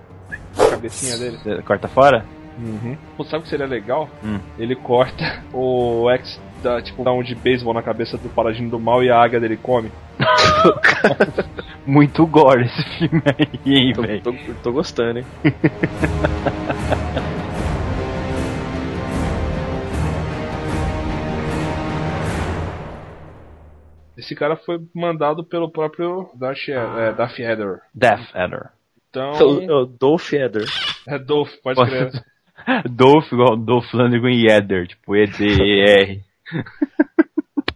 A cabecinha dele. Você corta fora? Uhum. Pô, sabe o que seria legal? Hum. Ele corta o ex da tipo dá um de beisebol na cabeça do paladino do mal e a águia dele come. Muito gore esse filme aí, hein, Tô- velho. Tô, tô gostando, hein? Esse cara foi mandado pelo próprio Darth, é, Darth Eder. Death Adder. Então O, o Dolph Eder. é Dolph, pode crer. Dolph igual Dolph Lundgren e Eder, tipo E-D-E-R.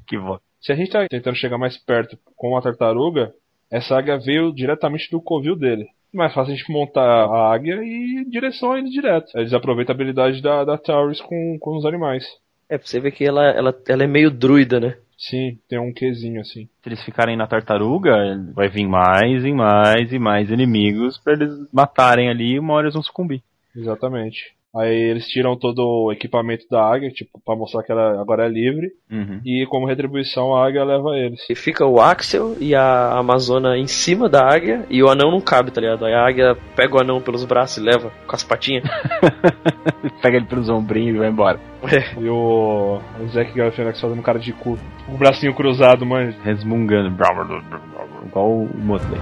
que bom. Se a gente tá tentando chegar mais perto com a tartaruga, essa águia veio diretamente do covil dele. Mais fácil a gente montar a águia e direção a ele direto. Eles aproveitam a habilidade da, da Taurus com, com os animais. É, pra você ver que ela, ela, ela é meio druida, né? Sim, tem um quezinho assim. Se eles ficarem na tartaruga, vai vir mais e mais e mais inimigos pra eles matarem ali e uma hora eles vão sucumbir. Exatamente. Aí eles tiram todo o equipamento da águia, tipo, pra mostrar que ela agora é livre. Uhum. E como retribuição, a águia leva eles. E fica o Axel e a Amazona em cima da águia e o anão não cabe, tá ligado? Aí a águia pega o anão pelos braços e leva com as patinhas. Pega ele pelos ombrinhos e vai embora. E o Zack Galifianakis fazendo cara de cu, com o bracinho cruzado, manja. Resmungando. Igual o Motley.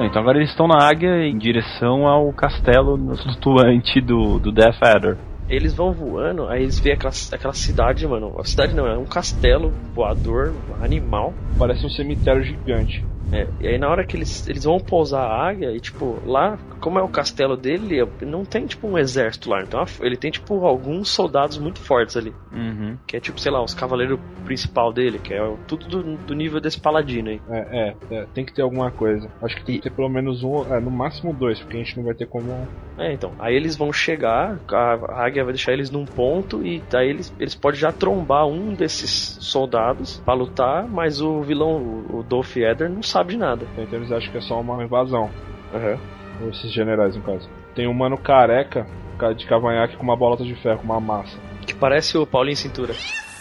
É, Então agora eles estão na águia em direção ao castelo flutuante do, do Death Adder. Eles vão voando, aí eles veem aquela, aquela cidade, mano. A cidade não, é um castelo voador, animal. Parece um cemitério gigante. É, e aí na hora que eles, eles vão pousar a águia, e tipo, lá, como é o castelo dele, não tem tipo um exército lá. Então a- ele tem tipo alguns soldados muito fortes ali. Uhum. Que é tipo, sei lá, os cavaleiros principal dele, que é o- tudo do, do nível desse paladino aí. É, é, é, tem que ter alguma coisa. Acho que tem que ter pelo menos um, é, no máximo dois, porque a gente não vai ter como. É, então. Aí eles vão chegar, a águia vai deixar eles num ponto e daí eles, eles podem já trombar um desses soldados pra lutar, mas o vilão, o, o Dolph Eder, não sabe de nada. Então eles acham que é só uma invasão. Ou Esses generais, no caso. Tem um mano careca, um cara de cavanhaque com uma bolota de ferro, com uma massa. Que parece o Paulinho Cintura.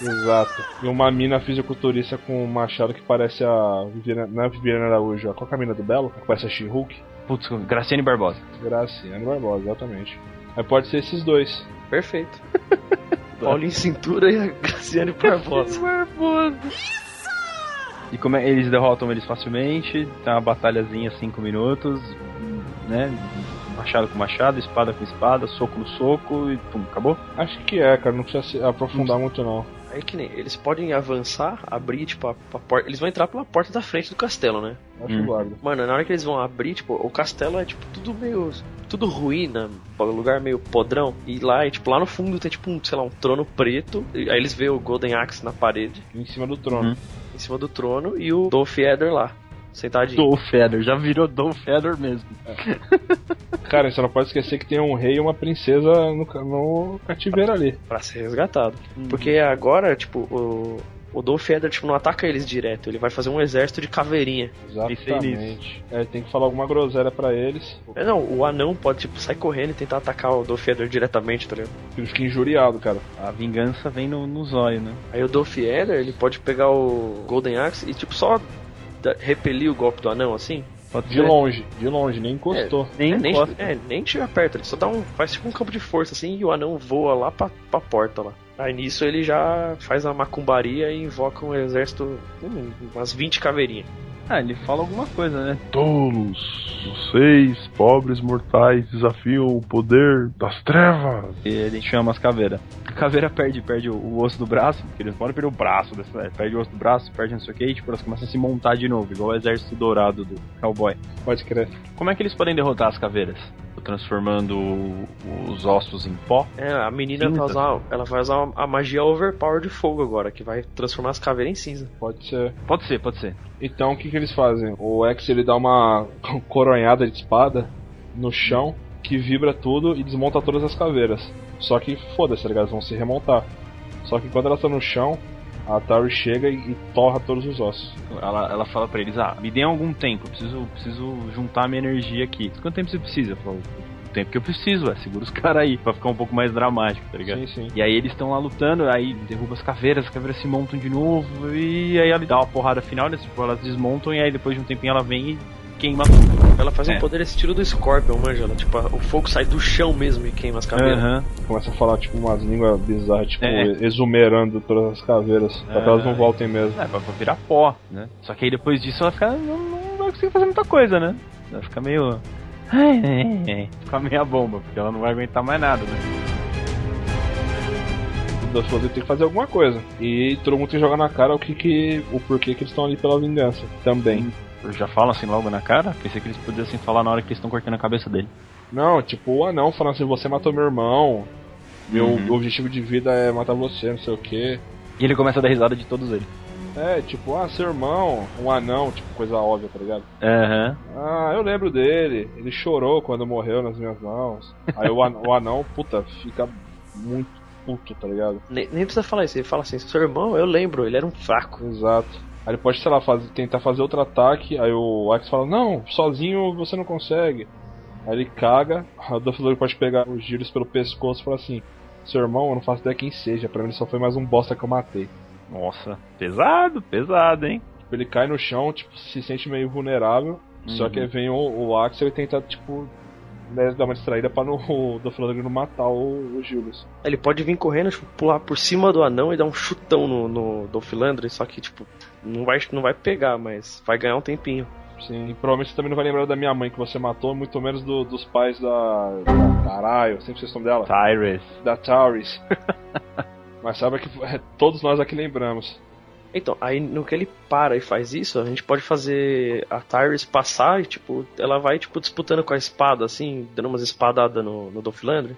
Exato. E uma mina fisiculturista com um machado que parece a Viviana, não é a Viviana Araújo, a- qual que é a mina do Belo? Que parece a She-Hulk? Putz, Graciane Barbosa. Graciane Barbosa, exatamente. Aí pode ser esses dois. Perfeito. Paulinho Cintura e a Graciane Barbosa. E como é- eles derrotam eles facilmente, tá uma batalhazinha 5 minutos, né? Machado com machado, espada com espada, soco no soco e pum, acabou? Acho que é, cara, não precisa se aprofundar muito não. Aí que nem, eles podem avançar, abrir, tipo, a, a porta. Eles vão entrar pela porta da frente do castelo, né? Acho Hum. válido. Mano, na hora que eles vão abrir, tipo, o castelo é, tipo, tudo meio. Tudo ruína, um lugar meio podrão. E lá, e, tipo, lá no fundo tem, tipo, um, sei lá, um trono preto. E aí eles veem o Golden Axe na parede. Em cima do trono. Em cima do trono e o Dolph Eder lá, sentadinho. Dolph Eder, já virou Dolph Eder mesmo. Cara, você não pode esquecer que tem um rei e uma princesa no, ca- no cativeiro ali. Pra ser resgatado. Porque agora, tipo, o. O Dolph Eder, tipo, não ataca eles direto. Ele vai fazer um exército de caveirinha. Exatamente. É, tem que falar alguma groselha pra eles. É, não, o anão pode, tipo, sair correndo e tentar atacar o Dolph Eder diretamente, tá ligado? Ele fica injuriado, cara. A vingança vem no, no zóio, né? Aí o Dolph Eder, ele pode pegar o Golden Axe e, tipo, só da- repelir o golpe do anão, assim. De É. longe, de longe, nem encostou. É, nem, é, nem, é, nem chega perto, ele só dá um, faz tipo um campo de força, assim, e o anão voa lá pra, pra porta lá. Aí nisso ele já faz a macumbaria e invoca um exército, hum, umas 20 caveirinhas. Ah, ele fala alguma coisa, né? Tolos, vocês, pobres mortais, desafiam o poder das trevas. E ele chama as caveiras. A caveira perde, perde o, o osso do braço, porque eles podem perder o braço dessa. né? Perde o osso do braço, perde não sei o que, e tipo, elas começam a se montar de novo, igual o exército dourado do cowboy. Pode crer. Como é que eles podem derrotar as caveiras? Transformando o- os ossos em pó? É, a menina vai Cinza. usar, ela vai usar a magia overpower de fogo agora, que vai transformar as caveiras em cinza. Pode ser. Pode ser, pode ser. Então o que, que eles fazem? O X ele dá uma coronhada de espada no chão que vibra tudo e desmonta todas as caveiras. Só que foda-se, tá ligado? Elas vão se remontar. Só que enquanto elas estão no chão, a Tari chega e, e torra todos os ossos. Ela, ela fala pra eles, ah, me deem algum tempo, eu preciso, preciso juntar minha energia aqui. Quanto tempo você precisa? Eu falo, o tempo que eu preciso, é, segura os caras aí, pra ficar um pouco mais dramático, tá ligado? Sim, sim. E aí eles estão lá lutando, aí derruba as caveiras, as caveiras se montam de novo, e aí ela dá uma porrada final, elas, tipo, elas desmontam, e aí depois de um tempinho ela vem e queima tudo. Ela faz É. um poder estilo do Scorpion, manja, ela, tipo, a- o fogo sai do chão mesmo e queima as caveiras. Começa a falar tipo umas línguas bizarras, tipo, É. exumerando todas as caveiras, pra que elas não Ah, voltem mesmo. É, pra, pra virar pó, né? Só que aí depois disso ela fica, não, não vai conseguir fazer muita coisa, né? Ela fica meio... Fica meio a bomba, porque ela não vai aguentar mais nada, né? Das pessoas tem que fazer alguma coisa. E todo mundo tem que jogar na cara o que que. o porquê que eles estão ali pela vingança também. Eu Já falam assim logo na cara? Pensei que eles pudessem falar na hora que eles estão cortando a cabeça dele. Não, tipo, o anão falando assim, você matou meu irmão, meu Uhum. objetivo de vida é matar você, não sei o que. E ele começa a dar risada de todos eles. É, tipo, ah, seu irmão, um anão, tipo, coisa óbvia, tá ligado? Aham. Ah, eu lembro dele, ele chorou quando morreu nas minhas mãos. Aí o anão, o anão puta, fica muito puto, tá ligado? Nem, nem precisa falar isso, ele fala assim, seu irmão, eu lembro, ele era um fraco. Exato. Aí ele pode, sei lá, faz- tentar fazer outro ataque, aí o Axe fala, não, sozinho você não consegue. Aí ele caga, a Dumbledore pode pegar os giros pelo pescoço e falar assim: Seu irmão, eu não faço ideia quem seja, pra mim ele só foi mais um bosta que eu matei. Nossa, pesado, pesado, hein? Tipo, ele cai no chão, tipo, se sente meio vulnerável, só Uhum. que aí vem o, o Axel e tenta, tipo, né, dar uma distraída pra não, o Dumbledore não matar o, o Julius. Ele pode vir correndo, tipo, pular por cima do anão e dar um chutão no, no Dolphilandre, só que, tipo, não vai, não vai pegar, mas vai ganhar um tempinho. Sim, e provavelmente você também não vai lembrar da minha mãe que você matou, muito menos do- dos pais da. da caralho, sempre esqueci o nome dela. Tyrus. Da Tyrus. Mas sabe que é, todos nós aqui lembramos. Então, aí no que ele para e faz isso, a gente pode fazer a Tyrus passar e, tipo, ela vai, tipo, disputando com a espada, assim, dando umas espadadas no, no Dolphilandre.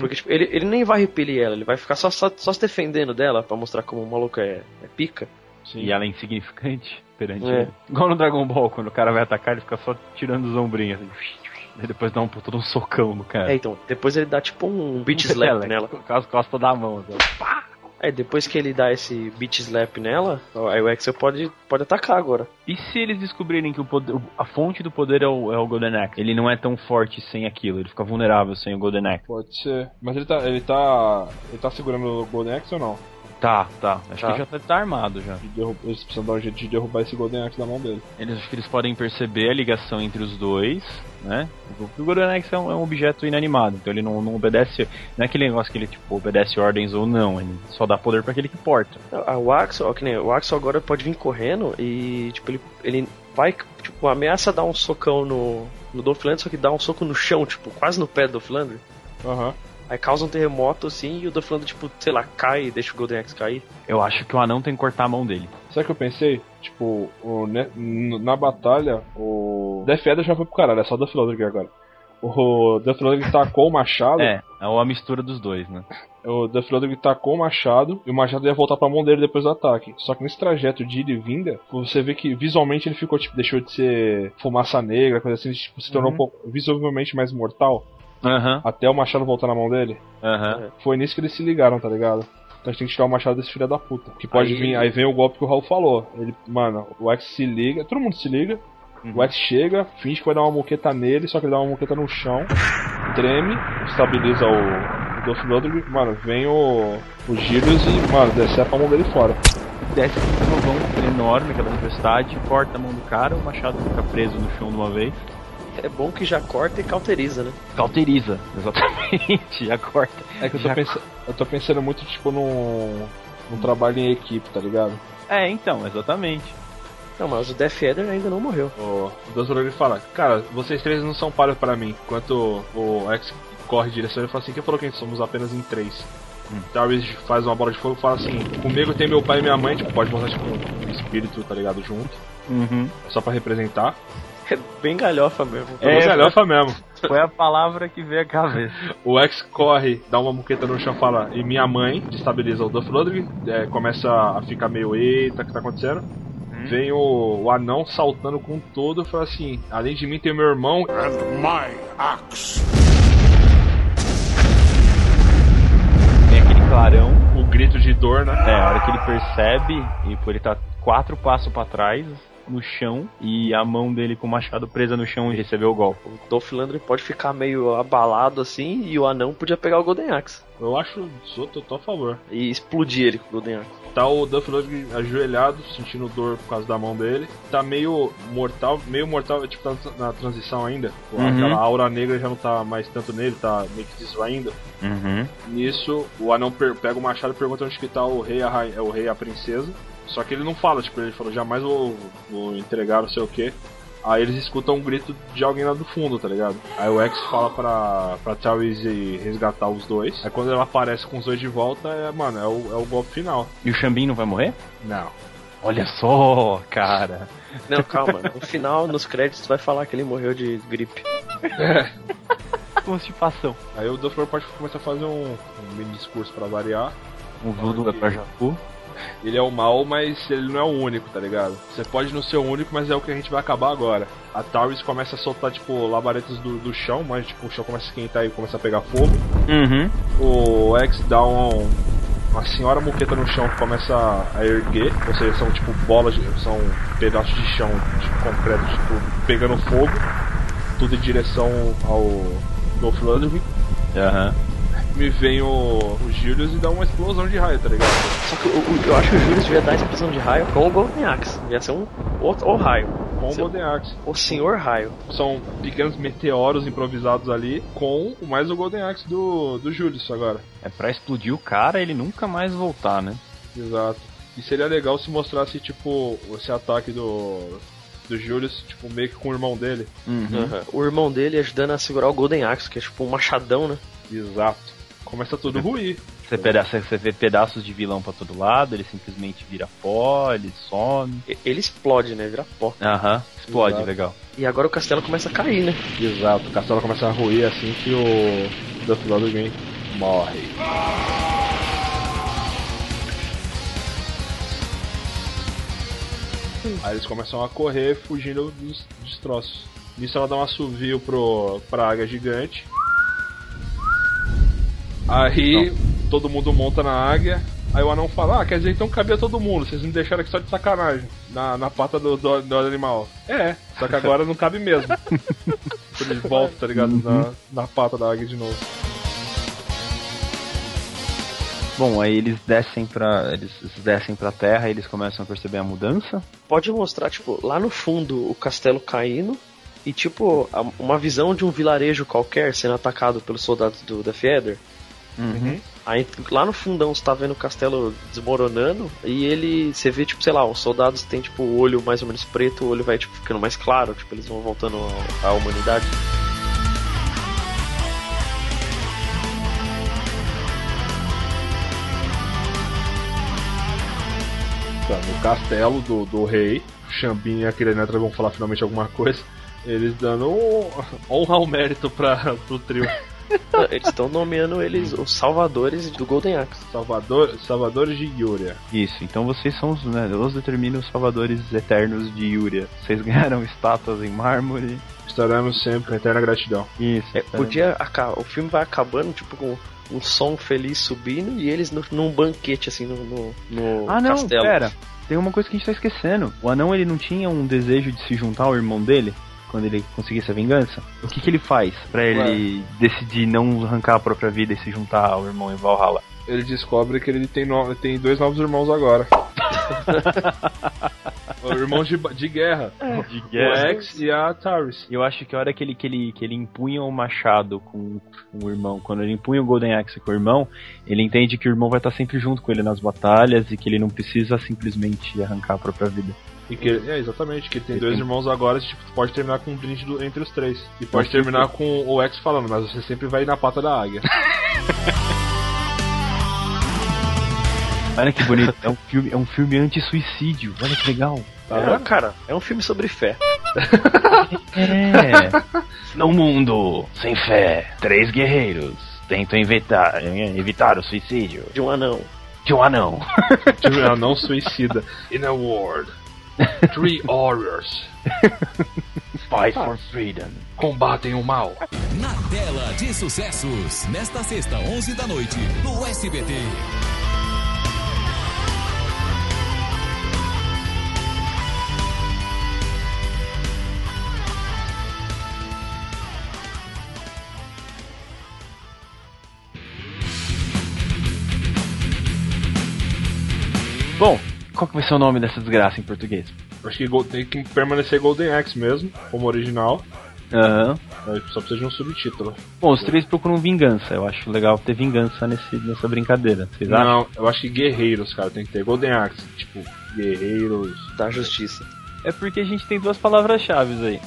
Porque, tipo, ele, ele nem vai repelir ela, ele vai ficar só, só, só se defendendo dela pra mostrar como o maluco é, é pica. E ela é insignificante perante É. ele. Igual no Dragon Ball, quando o cara vai atacar, ele fica só tirando os ombrinhos. Assim, e depois dá um puto um socão no cara. É, então, depois ele dá tipo um beat Um slap peteleco, nela. Com as costas da mão. assim. sabe? É, depois que ele dá esse beat slap nela, aí o Axel pode, pode atacar agora. E se eles descobrirem que o poder- a fonte do poder é o, é o Golden Axe? Ele não é tão forte sem aquilo, ele fica vulnerável sem o Golden Axe. Pode ser. Mas ele tá. ele tá. ele tá segurando o Golden Axe ou não? Tá, tá. Acho Tá. que já tá, tá armado já. De derru- Eles precisam dar um jeito de derrubar esse Golden Axe da mão dele. Eles, acho que eles podem perceber a ligação entre os dois, né? Porque o Golden Axe é um, é um objeto inanimado, então ele não, não obedece. Não é aquele negócio que ele tipo, obedece ordens ou não, ele só dá poder pra aquele que porta. A- O Axel, ó, que nem, o Axel agora pode vir correndo e, tipo, ele, ele vai, tipo, ameaça dar um socão no, no Dolph Lundgren, só que dá um soco no chão, tipo, quase no pé do Dolph Lundgren. Aham. Aí causa um terremoto, assim, e o Dolph Lundgren, tipo, sei lá, cai e deixa o Golden Axe cair. Eu acho que o anão tem que cortar a mão dele. Sabe o que eu pensei? Tipo, o ne- n- na batalha, o. Death Adder já foi pro caralho, é só o Duff Lundgren agora. O Duff Lundgren tacou o machado. É, é uma mistura dos dois, né? O Duff Lundgren tacou o machado e o machado ia voltar pra mão dele depois do ataque. Só que nesse trajeto de ida e vinda, você vê que visualmente ele ficou, tipo, deixou de ser fumaça negra, coisa assim, tipo, se tornou Uhum. um pouco visivelmente mais mortal. Aham. Até o machado voltar na mão dele. Aham. Foi nisso que eles se ligaram, tá ligado? Então a gente tem que tirar o machado desse filho da puta. Que pode vir, aí vem o golpe que o Raul falou. Ele, mano, o X se liga, todo mundo se liga. O X chega, finge que vai dar uma moqueta nele, só que ele dá uma moqueta no chão, treme, estabiliza o, o Dolph Lundgren. Mano, vem o, o Gyrus e, mano, decepa a mão dele fora. desce um trovão enorme, aquela tempestade, corta a mão do cara, o machado fica preso no chão de uma vez. É bom que já corta e cauteriza, né? Cauteriza, exatamente, já corta. É que eu tô, Já- pensa- eu tô pensando muito, tipo, num, num trabalho em equipe, tá ligado? É, então, exatamente. Não, mas o Death Adder ainda não morreu. O Dozorog fala, cara, vocês três não são páreos pra mim. Enquanto o X corre em direção, ele fala assim, quem falou que a gente somos apenas em três? Darius faz uma bola de fogo e fala assim, comigo tem meu pai e minha mãe, tipo, pode mostrar tipo, um espírito, tá ligado, junto. Uhum. Só pra representar. É bem galhofa mesmo. É, galhofa mesmo. Foi a palavra que veio à cabeça. O X corre, dá uma muqueta no chão fala, e minha mãe, destabiliza o Duff Lundgren, é, começa a ficar meio, eita, o que tá acontecendo? Vem o, o anão saltando com todo, fala assim, além de mim tem meu irmão... And my axe. Tem aquele clarão, o grito de dor, né? É, a hora que ele percebe, e por ele tá quatro passos pra trás, no chão, e a mão dele com o machado presa no chão e recebeu o golpe. O Dolph Lundgren pode ficar meio abalado, assim, e o anão podia pegar o Golden Axe. Eu acho, sou total a favor. E explodir ele com o Golden Axe. Tá o Duff Lundgren ajoelhado, sentindo dor por causa da mão dele. Tá meio mortal, meio mortal, tipo, tá na transição ainda. Pô, Uhum. Aquela aura negra já não tá mais tanto nele, tá meio que distraindo. Uhum. Nisso, o anão per- pega o machado e pergunta onde que tá o rei, a rai- é o rei e a princesa. Só que ele não fala, tipo, ele falou, jamais vou, vou entregar não sei o que. Aí eles escutam um grito de alguém lá do fundo, tá ligado? Aí o X fala pra, pra Tawis ir resgatar os dois. Aí quando ela aparece com os dois de volta, é, mano, é o, é o golpe final. E o Xambin não vai morrer? Não. Olha só, cara. Não, calma. No final, nos créditos, vai falar que ele morreu de gripe. Constipação. Aí o Duffler pode começar a fazer um, um mini discurso pra variar. O voodoo vai pra Jacu. Ele é o mal, mas ele não é o único, tá ligado? Você pode não ser o único, mas é o que a gente vai acabar agora. A Taurus começa a soltar, tipo, labaredas do, do chão, mas tipo, o chão começa a esquentar e começa a pegar fogo. Uhum. O X dá um, uma senhora moqueta no chão que começa a erguer, ou seja, são tipo bolas, de- são pedaços de chão de concreto, tipo, pegando tipo, fogo. tudo em direção ao Dolph Lundgren. Aham. Me vem o, o Julius e dá uma explosão de raio, tá ligado? Só que eu, eu acho que o Júlio devia dar explosão de raio com o Golden Axe. Devia ser um outro o raio. Com o Seu- Golden Axe. O Senhor Raio. São pequenos meteoros improvisados ali com o- mais o Golden Axe do, do Julius agora. É pra explodir o cara ele nunca mais voltar, né? Exato. E seria legal se mostrasse, tipo, esse ataque do, do Julius, tipo, meio que com o irmão dele. Uhum. Aham. Uhum. O irmão dele ajudando a segurar o Golden Axe, que é tipo um machadão, né? Exato. Começa tudo ruim. Você, peda- você- você vê pedaços de vilão pra todo lado, ele simplesmente vira pó, ele some. Ele explode, né? Vira pó. Aham, explode, Exato. legal. E agora o castelo começa a cair, né? Exato. O castelo começa a ruir assim que o Duff Lundgren morre. Aí eles começam a correr fugindo dos destroços. Nisso ela dá um assovio pro praga gigante. Aí todo mundo monta na águia. Aí o anão fala: Ah, quer dizer então que cabia todo mundo, vocês me deixaram aqui só de sacanagem na, na pata do, do, do animal. É, só que agora não cabe mesmo. Eles voltam, tá ligado? Na, na pata da águia de novo. Bom, aí eles descem pra. Eles descem pra terra e eles começam a perceber a mudança. Pode mostrar, tipo, lá no fundo o castelo caindo. E tipo, a- uma visão de um vilarejo qualquer sendo atacado pelos soldados do The Feather. Uhum. Aí lá no fundão você tá vendo o castelo desmoronando e ele. Você vê, tipo, sei lá, os soldados têm tipo o olho mais ou menos preto, o olho vai tipo, ficando mais claro, tipo, eles vão voltando ao- à humanidade. Tá, no castelo do, do rei, Xambin e a Kirenetra vão falar finalmente alguma coisa. Eles dando um- honra ao mérito pra, pro trio. eles estão nomeando eles os salvadores do Golden Axe. Salvador, salvadores de Yuria. Isso, então vocês são os, né, Deus determina os salvadores eternos de Yuria. Vocês ganharam estátuas em mármore. Estaremos sempre em eterna gratidão. Isso. É, podia aca- o filme vai acabando, tipo, com um som feliz subindo e eles no- num banquete, assim, no, no, no Ah não, castelo. pera. Tem uma coisa que a gente tá esquecendo. O anão ele não tinha um desejo de se juntar ao irmão dele quando ele conseguisse a vingança. O que que ele faz pra ele decidir não arrancar a própria vida e se juntar ao irmão em Valhalla? Ele descobre que ele tem, no- tem dois novos irmãos agora. irmãos de, ba- de guerra. De O X e a Taris. Eu acho que a hora que ele, que ele, que ele empunha o machado com, com o irmão, quando ele empunha o Golden Axe com o irmão, ele entende que o irmão vai estar sempre junto com ele nas batalhas e que ele não precisa simplesmente arrancar a própria vida. E que, é, exatamente, que ele tem dois tem- irmãos agora, tipo, tu pode terminar com um brinde do- entre os três. E Mas pode terminar tipo- com o X falando, mas você sempre vai na pata da águia. Olha que bonito, é um filme, é um filme anti-suicídio, olha que legal. É, cara, é um filme sobre fé. É. No mundo sem fé, três guerreiros tentam evitar, evitar o suicídio. De um anão. De um anão. Tipo, ela não suicida. In a world. Three warriors. Fight for freedom. Combatem o mal. Na tela de sucessos, nesta sexta, 11 da noite, no SBT. Bom, qual que vai ser o nome dessa desgraça em português? Acho que gol- tem que permanecer Golden Axe mesmo, como original. Aham. Aí Só precisa de um subtítulo. Bom, os três procuram vingança. Eu acho legal ter vingança nesse, nessa brincadeira. Vocês acham? Não, eu acho que guerreiros, cara, tem que ter Golden Axe. Tipo, guerreiros. Da justiça. É porque a gente tem duas palavras-chave aí.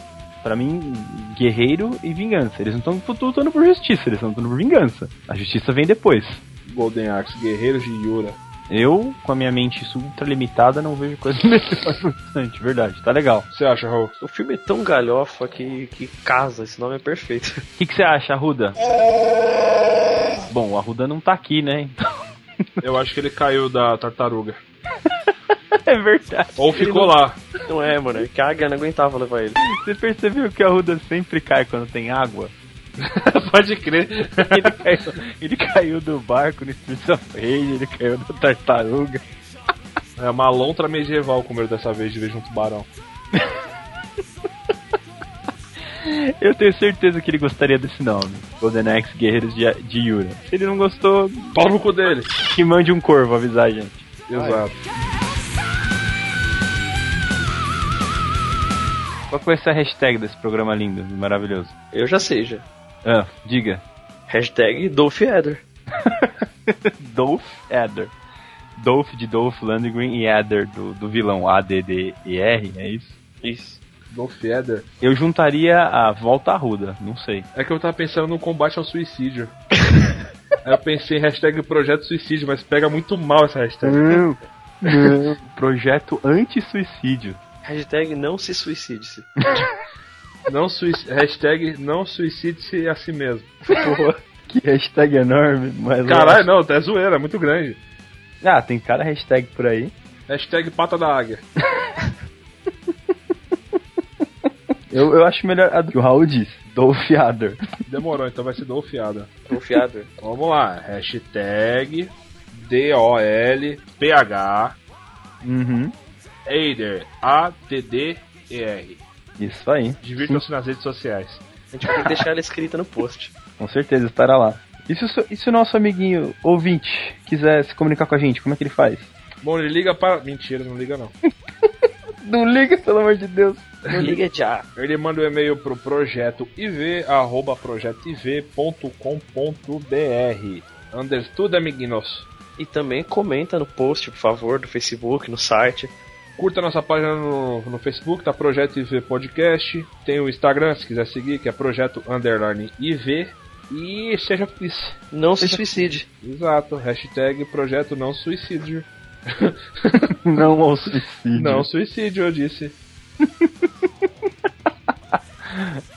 Pra mim, guerreiro e vingança. Eles não estão lutando por justiça, eles estão lutando por vingança. A justiça vem depois. Golden Axe, guerreiros de Yura. Eu, com a minha mente isso ultralimitada, não vejo coisa melhor importante. Verdade, tá legal. O que você acha, Raul? O filme é tão galhofa que, que casa, esse nome é perfeito. O que, que você acha, Arruda? Bom, o Arruda não tá aqui, né? Então, Eu acho que ele caiu da tartaruga. é verdade. Ou ficou lá. Não é, mano, é que a águia não aguentava levar ele. Você percebeu que a Arruda sempre cai quando tem água? Pode crer. Ele caiu, ele caiu do barco no Streets of Rage, ele caiu da tartaruga. É uma lontra medieval comer dessa vez de vez de um tubarão. Eu tenho certeza que ele gostaria desse nome. Golden Axe Guerreiros de, de Yura. Se ele não gostou, pau no cu dele. Que mande um corvo avisar a gente. Exato. Qual foi essa hashtag desse programa lindo e maravilhoso? Eu já sei, já. Ah, diga. Hashtag Dolph Eder. Dolph Eder. Dolph de Dolph Landgren e Eder do, do vilão A-D-D-E-R, é isso? Isso. Dolph Eder. Eu juntaria a Volta Arruda, não sei. É que eu tava pensando no combate ao suicídio. Aí eu pensei em hashtag projeto suicídio, mas pega muito mal essa hashtag. Não, não. Projeto anti-suicídio. Hashtag não se suicide-se. Não suic... Hashtag não suicide-se a si mesmo. Porra, que hashtag enorme, mas. Caralho, não, tá zoeira, é muito grande. Ah, tem cada hashtag por aí. Hashtag pata da águia. Eu, eu acho melhor a do que o Raul disse, Dolph Adder. Demorou, então vai ser dolfiada. Confiado. Vamos lá, hashtag D-O-L-P-H Uhum. Eider, A-T-D-E-R. Isso aí. Divirtam-se nas redes sociais. A gente tem que deixar ela escrita no post. Com certeza estará lá. E se, o seu- e se o nosso amiguinho ouvinte quiser se comunicar com a gente, como é que ele faz? Bom, ele liga para. Mentira, não liga não. Não liga, pelo amor de Deus. Não liga ah, já. Ele manda um e-mail pro projeto IV, arroba projetoiv.com.br. Understood, amiguinhos? E também comenta no post, por favor, do Facebook, no site. Curta nossa página no, no Facebook, tá Projeto IV Podcast. Tem o Instagram, se quiser seguir, que é Projeto Underline IV. E seja feliz. Não se suicide. Exato. Hashtag Projeto Não Suicídio. Não ao suicídio. Não suicídio, eu disse.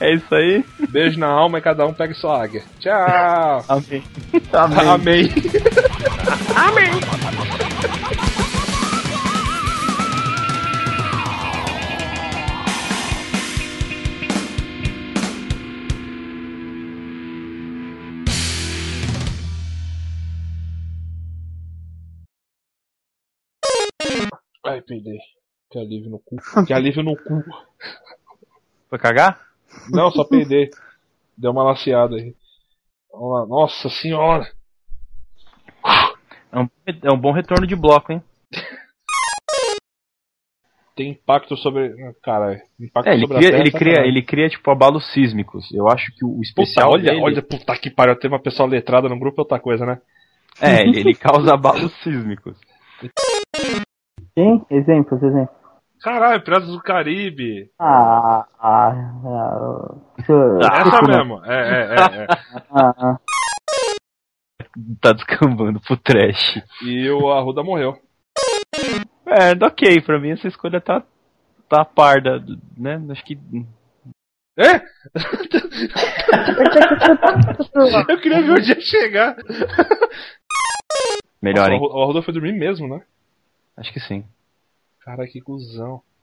É isso aí? Beijo na alma e cada um pega sua águia. Tchau! Ah, Amém. Tá Amém. Amém. Ai, peidei. Que alívio no cu. Que alívio no cu. Foi cagar? Não, só peidei. Deu uma laceada aí. Vamos lá. Nossa senhora! É um, é um bom retorno de bloco, hein? Tem impacto sobre. ah, Caralho. Impacto É, ele sobre cria, a terra, ele, cria, sacanagem. ele cria, tipo, abalos sísmicos. Eu acho que o Puta, especial olha, dele... olha, puta que pariu. Tem uma pessoa letrada no grupo é outra coisa, né? É, ele, ele causa abalos sísmicos. Sim, exemplos, exemplos. Caralho, Piratas do Caribe. Ah, ah, ah, deixa eu- Essa deixa eu- mesmo. É, é, é, é. Ah, ah. Tá descambando pro trash. E o Arruda morreu. É, ok, pra mim essa escolha tá, tá a par da, né? Acho que. É? Eu queria ver o dia chegar. Melhor, Nossa, hein? O Arruda foi dormir mesmo, né? Acho que sim. Cara, que cuzão.